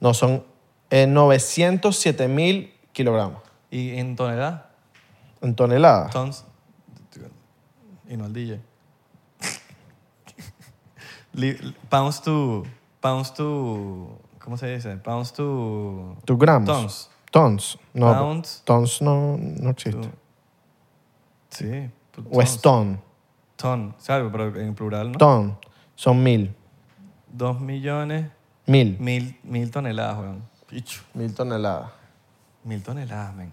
B: No, son eh, 907 mil kilogramos.
C: y en toneladas
B: En toneladas.
C: Tons. Y no al DJ. Li- pounds to. Pounds to. ¿Cómo se dice? Pounds to.
B: ¿Tus gramos?
C: Tons.
B: Tons. No,
C: Pounds.
B: tons no, no existe.
C: to- sí. to-
B: O es
C: tons.
B: ton.
C: Ton, ¿sabes? Pero en plural, ¿no?
B: Ton. Son mil.
C: Dos millones,
B: Mil.
C: mil, mil toneladas, weón.
B: Mil toneladas.
C: Mil toneladas, men.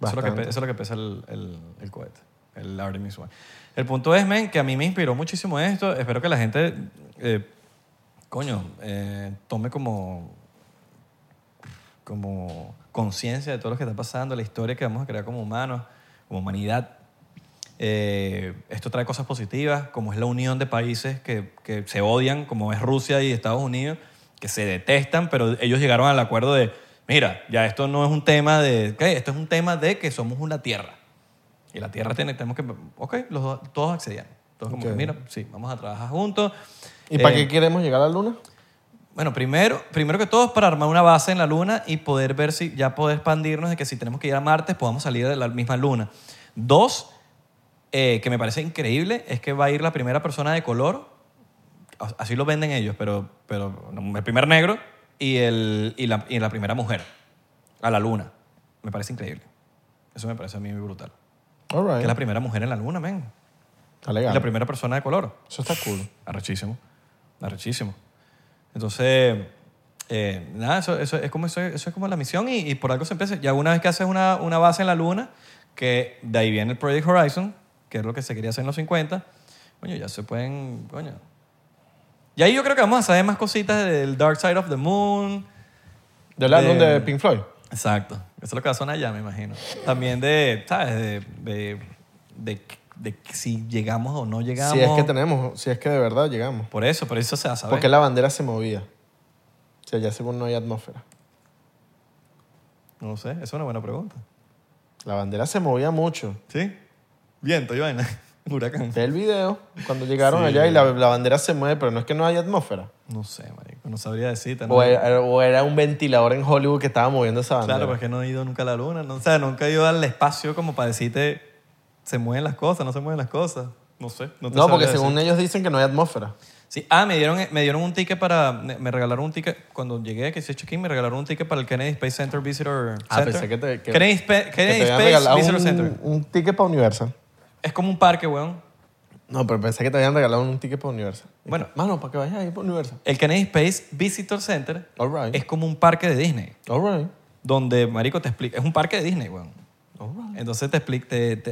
C: Eso es, lo que, pe-
B: Bastante.
C: eso es lo que pesa el, el- el cohete, el Artemis One. El punto es, men, que a mí me inspiró muchísimo esto. Espero que la gente, eh, coño, eh, tome como, como conciencia de todo lo que está pasando, la historia que vamos a crear como humanos, como humanidad. Eh, esto trae cosas positivas, como es la unión de países que, que se odian, como es Rusia y Estados Unidos, que se detestan, pero ellos llegaron al acuerdo de, mira, ya esto no es un tema de, ¿qué? Esto es un tema de que somos una tierra. Y la tierra tiene, tenemos que, ok, los dos, todos accedían. Todos como
B: Ok.
C: que, mira, sí, vamos a trabajar juntos.
B: ¿Y para
C: Eh,
B: qué queremos llegar a la luna?
C: bueno, primero, primero que todo es para armar una base en la Luna y poder ver si ya poder expandirnos de que si tenemos que ir a Marte podamos salir de la misma Luna. Dos, eh, que me parece increíble, es que va a ir la primera persona de color, a- así lo venden ellos, pero, pero el primer negro y, el, y, la, y la primera mujer a la Luna. Me parece increíble. Eso me parece a mí brutal.
B: All
C: Que
B: right.
C: es la primera mujer en la Luna, men.
B: Está
C: Y
B: legal.
C: la primera persona de color.
B: Eso está cool.
C: Arrechísimo. Arrechísimo. Entonces, eh, nada, eso, eso es como, eso, es- eso es como la misión y, y por algo se empieza. Ya una vez que haces una, una base en la Luna, que de ahí viene el Project Horizon, que es lo que se quería hacer en los 50, coño, ya se pueden, coño. Y ahí yo creo que vamos a saber más cositas del Dark Side of the Moon.
B: ¿Del álbum
C: de-
B: de Pink Floyd?
C: Exacto. Eso es lo que va a sonar allá, me imagino. También de, ¿sabes? De, de, de- de si llegamos o no llegamos.
B: Si es que tenemos, si es que de verdad llegamos.
C: Por eso, por eso se va a saber.
B: Porque la bandera se movía? O sea, ya según no hay atmósfera.
C: No sé, esa es una buena pregunta.
B: La bandera se movía mucho.
C: ¿Sí? Viento y vaina. (laughs) Huracán.
B: Ve el video cuando llegaron allá y la, la bandera se mueve, pero no es que no hay atmósfera.
C: No sé, marico. No sabría decirte. ¿no?
B: O era, o era un ventilador en Hollywood que estaba moviendo esa bandera.
C: Claro, pues, porque no he ido nunca a la luna. No, o sea, nunca he ido al espacio como para decirte se mueven las cosas, no se mueven las cosas. No sé. No, te
B: No, porque
C: sabría
B: según
C: decir.
B: ellos dicen que no hay atmósfera.
C: Sí. Ah, me dieron, me dieron un ticket para... Me me regalaron un ticket... Cuando llegué, que hice check-in, me regalaron un ticket para el Kennedy Space Center Visitor
B: Ah,
C: Center.
B: pensé que te- que-
C: Kennedy, Spa-
B: Que
C: Kennedy
B: te habían
C: Space
B: regalado
C: Visitor
B: un,
C: Center.
B: un ticket para Universal.
C: Es como un parque, weón.
B: No, pero pensé que te habían regalado un ticket para Universal.
C: Bueno.
B: Mano, para que vayas ahí por Universal.
C: El Kennedy Space Visitor Center
B: All right.
C: es como un parque de Disney,
B: All right.
C: donde, marico, te explica, es un parque de Disney, weón.
B: All right.
C: Entonces te explico,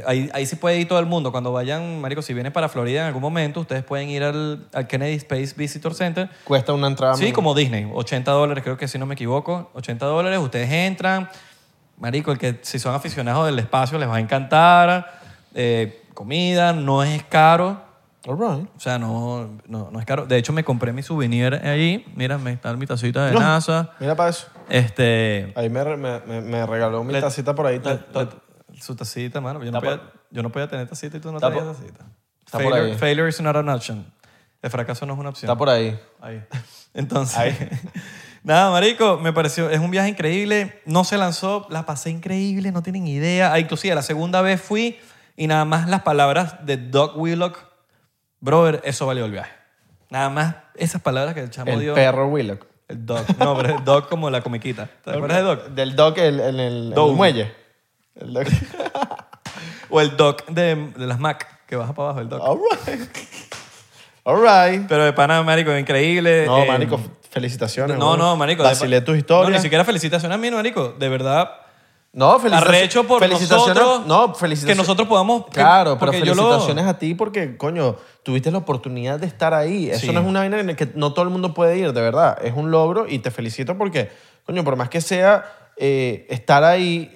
C: ahí, ahí sí puede ir todo el mundo. Cuando vayan, marico, si vienen para Florida en algún momento, ustedes pueden ir al, al Kennedy Space Visitor Center.
B: Cuesta una entrada.
C: Sí,
B: mínima.
C: como Disney, 80 dólares, creo que si no me equivoco, 80 dólares, ustedes entran, marico, el que si son aficionados del espacio les va a encantar, Eh, comida, no es caro,
B: All right.
C: o sea, no, no, no es caro. De hecho, me compré mi souvenir allí, mira, me está mi tacita de
B: No.
C: NASA,
B: Mira para eso.
C: este...
B: Ahí me, re- me, me, me regaló mi
C: Le-
B: tacita por ahí.
C: La-
B: Ta- ta-
C: la- su tacita, mano. Yo no,
B: Está
C: podía, yo no podía tener tacita y tú no
B: Está
C: tenías
B: por-
C: tacita.
B: está por
C: Failure-
B: ahí.
C: Failure is not an option. El fracaso no es una opción.
B: Está por ahí.
C: Ahí. (laughs) Entonces,
B: Ahí.
C: (laughs) nada, marico, me pareció, es un viaje increíble. No se lanzó, la pasé increíble, no tienen idea. Ah, inclusive la segunda vez fui y nada más las palabras de Doc Willock, brother, eso valió el viaje. Nada más esas palabras que el chamo
B: El
C: dio.
B: perro Willock.
C: El Doc, no, pero es Doc como la comiquita. ¿Te acuerdas de Doc?
B: Del Doc el- en el, en el
C: Dog.
B: muelle. El Doc.
C: O el doc de, de las Mac, que baja para abajo el doc.
B: (laughs) All right. All right.
C: Pero de pana, marico, increíble.
B: No,
C: eh,
B: marico, felicitaciones.
C: No,
B: weón.
C: no, marico. de
B: Vacilé
C: pa-
B: tus
C: No, ni
B: historias.
C: siquiera felicitaciones a mí, no, marico. De verdad,
B: No, felicitaciones.
C: arrecho por
B: felicitaciones.
C: nosotros.
B: No, felicitaciones.
C: Que nosotros podamos... que-
B: Claro, pero
C: porque yo lo-
B: felicitaciones a ti porque, coño, tuviste la oportunidad de estar ahí. Eso
C: Sí.
B: no es una vaina en la que no todo el mundo puede ir, de verdad. Es un logro y te felicito porque, coño, por más que sea eh, estar ahí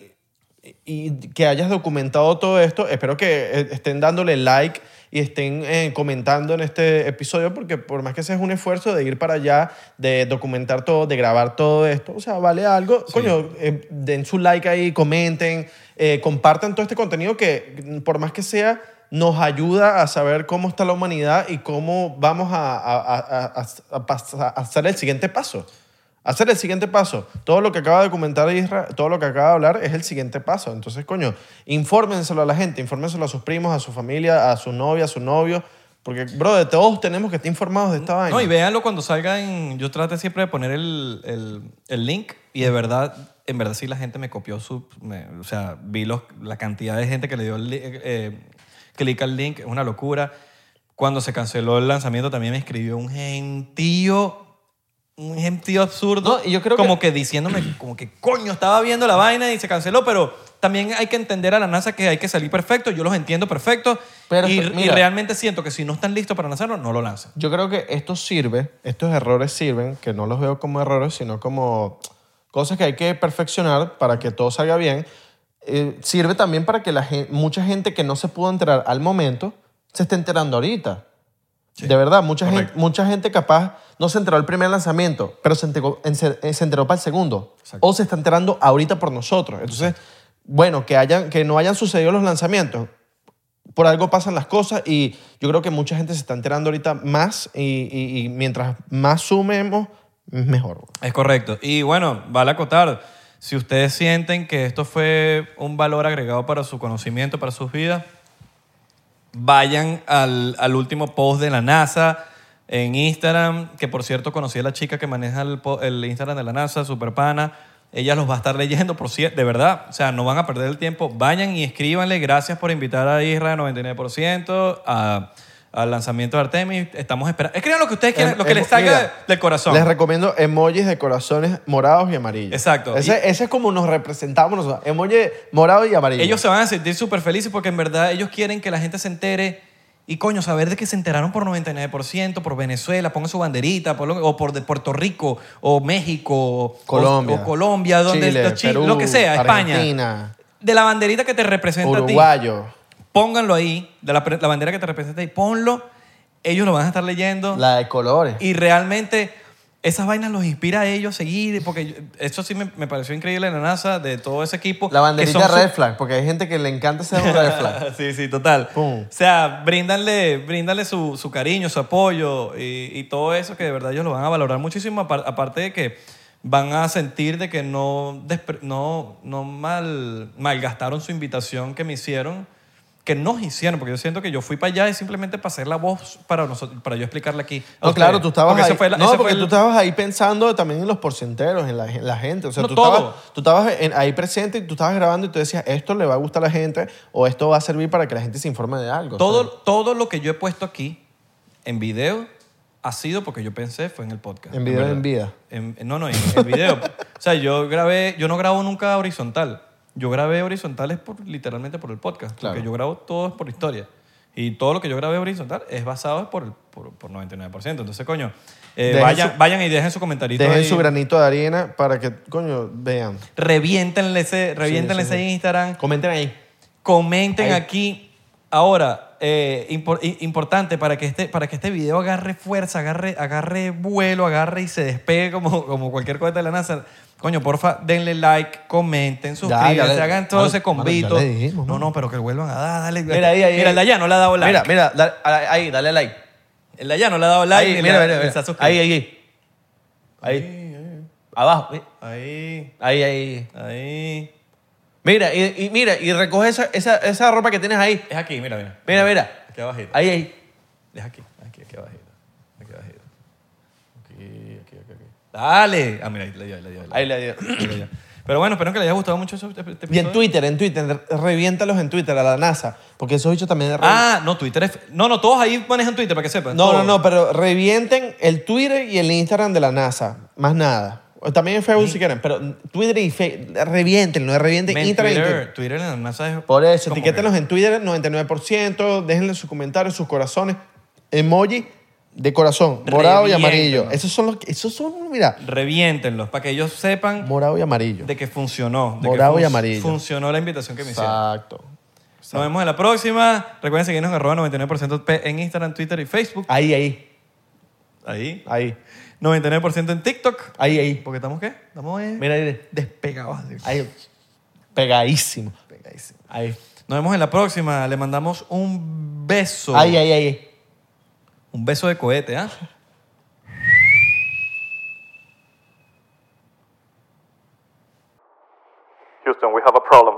B: y que hayas documentado todo esto, espero que eh, estén dándole like y estén eh, comentando en este episodio porque por más que sea es un esfuerzo de ir para allá, de documentar todo, de grabar todo esto, o sea, vale algo. Coño, eh, den su like ahí, comenten, eh, compartan todo este contenido que por más que sea nos ayuda a saber cómo está la humanidad y cómo vamos a, a- a- a- a pasa- a hacer el siguiente paso. Hacer el siguiente paso. Todo lo que acaba de comentar Isra, todo lo que acaba de hablar es el siguiente paso. Entonces, coño, infórmenselo a la gente, infórmenselo a sus primos, a su familia, a su novia, a su novio. Porque, bro, de todos tenemos que estar informados de esta vaina.
C: No, y véanlo cuando salga en... Yo traté siempre de poner el, el- el link y de verdad, en verdad sí la gente me copió su... me- o sea, vi los, la cantidad de gente que le dio el li- eh, clic al link, es una locura. Cuando se canceló el lanzamiento también me escribió un gentío, un gentío absurdo.
B: No, y yo creo
C: como que... diciéndome, como que coño, estaba viendo la vaina y se canceló, pero también hay que entender a la NASA que hay que salir perfecto, yo los entiendo perfecto.
B: Pero,
C: y,
B: mira.
C: y realmente siento que si no están listos para lanzarlo, no lo lancen.
B: Yo creo que esto sirve, estos errores sirven, que no los veo como errores, sino como cosas que hay que perfeccionar para que todo salga bien. Eh, sirve también para que la gen- mucha gente que no se pudo enterar al momento se esté enterando ahorita. de verdad, mucha gente,
C: correcto.
B: mucha gente capaz no se enteró al primer lanzamiento, pero se enteró, en- se eh, se enteró para el segundo.
C: Exacto.
B: O se está enterando ahorita por nosotros. Entonces, bueno, que, hayan, que no hayan sucedido los lanzamientos, por algo pasan las cosas y yo creo que mucha gente se está enterando ahorita más y, y- y mientras más sumemos, mejor.
C: Es correcto. Y bueno, vale acotar, si ustedes sienten que esto fue un valor agregado para su conocimiento, para sus vidas, vayan al, al último post de la NASA en Instagram, que por cierto conocí a la chica que maneja el, po- el Instagram de la NASA, Superpana. Ella los va a estar leyendo, por cierto, de verdad. O sea, no van a perder el tiempo. Vayan y escríbanle. Gracias por invitar a Isra 99%, a- al lanzamiento de Artemis. Estamos esperando. Escriban lo que ustedes quieran,
B: Em-
C: lo que
B: em-
C: les salga
B: mira,
C: de- del corazón.
B: Les recomiendo emojis de corazones morados y amarillos.
C: Exacto.
B: Ese, ese es como nos representamos nosotros. Emoji morado y amarillo.
C: Ellos se van a sentir súper felices porque en verdad ellos quieren que la gente se entere y coño, saber de que se enteraron por 99%, por Venezuela, pongan su banderita, por lo- o por de Puerto Rico, o México, o-
B: Colombia.
C: o, Colombia, donde
B: Chile,
C: los chi-
B: Perú,
C: lo que sea, España.
B: Argentina,
C: De la banderita que te representa a ti,
B: Uruguayo.
C: pónganlo ahí, de la, pre- la bandera que te representa y ponlo, ellos lo van a estar leyendo.
B: La de colores.
C: Y realmente esas vainas los inspira a ellos a seguir, porque yo- eso sí me, me pareció increíble en la NASA, de todo ese equipo. que
B: la banderita
C: son su-
B: red flag, porque hay gente que le encanta ese red flag.
C: (laughs) sí, sí, total.
B: Pum.
C: O sea, bríndanle, bríndanle su, su cariño, su apoyo y, y todo eso que de verdad ellos lo van a valorar muchísimo, apar- aparte de que van a sentir de que no, despre- no, no mal, malgastaron su invitación que me hicieron que nos hicieron, porque yo siento que yo fui para allá y simplemente para hacer la voz para nosotros, para yo explicarle aquí. a
B: No,
C: ustedes.
B: claro, tú estabas
C: Porque ese
B: ahí.
C: fue la-
B: no,
C: ese fue
B: porque
C: el-
B: tú estabas ahí pensando también en los porcenteros, en la, en la gente. O sea,
C: No,
B: tú,
C: todo.
B: estabas, tú estabas en- ahí presente y tú estabas grabando y tú decías, esto le va a gustar a la gente o esto va a servir para que la gente se informe de algo. O
C: Todo,
B: sea,
C: todo lo que yo he puesto aquí en video ha sido porque yo pensé fue en el podcast.
B: en video
C: verdad.
B: en vida.
C: En- no, no, en, en video. o sea, yo grabé, yo no grabo nunca horizontal. Yo grabé horizontales por, literalmente por el podcast.
B: Claro.
C: Porque yo grabo todo es por historia. Y todo lo que yo grabé horizontal es basado por, el- por, por 99%. Entonces, coño, eh,
B: Dejen
C: vayan,
B: su-
C: vayan y dejen su comentarito.
B: Dejen
C: ahí.
B: su granito de arena para que, coño, vean.
C: Reviéntenle ese, reviéntenle
B: sí, sí.
C: ese Instagram.
B: Comenten ahí.
C: Comenten
B: Ahí.
C: aquí. Ahora, eh, impor- i- importante para que, este, para que este video agarre fuerza, agarre, agarre vuelo, agarre y se despegue como, como cualquier cosa de la NASA. Coño, porfa, denle like, comenten, suscríbanse,
B: ya le-
C: hagan todo
B: Mano,
C: ese
B: mano,
C: convito.
B: ya le dijimos,
C: no,
B: mano.
C: no, pero que lo vuelvan a dar, dale.
B: Mira, ahí, ahí,
C: Mira, el de
B: ahí.
C: allá no le ha dado like.
B: Mira, mira, da- ahí, dale like.
C: El de allá no le ha dado like.
B: Ahí,
C: ni
B: mira,
C: la-
B: mira,
C: ni
B: mira.
C: se ha suscrito.
B: Ahí, ahí. Ahí. Abajo.
C: Ahí,
B: Ahí, ahí.
C: ahí.
B: Mira, y, y mira, y recoge esa, esa, esa ropa que tienes ahí.
C: Es aquí, mira, mira.
B: Mira, mira.
C: Aquí abajito.
B: Ahí, ahí.
C: Es aquí, aquí, aquí abajito. Aquí abajito. Aquí, aquí, aquí, aquí. Dale. Ah, mira, ahí le dio, ahí le dio.
B: Ahí le dio.
C: le dio. Pero bueno, espero que les haya gustado mucho este, este
B: Y en
C: episodio.
B: Twitter, en Twitter, re- reviéntalos en Twitter a la NASA, porque esos bichos también... re-
C: Ah, no, Twitter es... No, no, todos ahí manejan Twitter, para que sepan.
B: no, no,
C: todos.
B: no, pero revienten el Twitter y el Instagram de la NASA, más nada. O también en Facebook si quieren, pero Twitter y Facebook, reviéntenlo, revienten
C: Men,
B: Instagram y
C: Twitter,
B: Twitter.
C: Twitter en la NASA es...
B: Por eso,
C: como
B: etiquétenlos
C: que-
B: en Twitter, 99%, déjenle sus comentarios, sus corazones, emoji de corazón, morado y amarillo.
C: Reviéntenlo.
B: Esos son los que, esos son, mira,
C: Reviéntenlos, para que ellos sepan
B: morado y amarillo.
C: de que funcionó. de que
B: Morado y
C: fun-
B: amarillo.
C: Funcionó la invitación que me hicieron.
B: Exacto.
C: Nos vemos en la próxima. Recuerden seguirnos en arroba 99% P en Instagram, Twitter y Facebook.
B: Ahí, ahí,
C: Ahí.
B: ahí,
C: 99% en TikTok.
B: ahí, ahí.
C: Porque estamos, ¿qué? Estamos Ah, eh,
B: Mira, mira.
C: despegados. así.
B: Ahí. Pegadísimo.
C: Pegadísimo.
B: Ahí.
C: Nos vemos en la próxima. Le mandamos un beso.
B: Ahí, ahí, ahí.
C: Un beso de cohete, ¿ah?
E: Houston, we have a problem.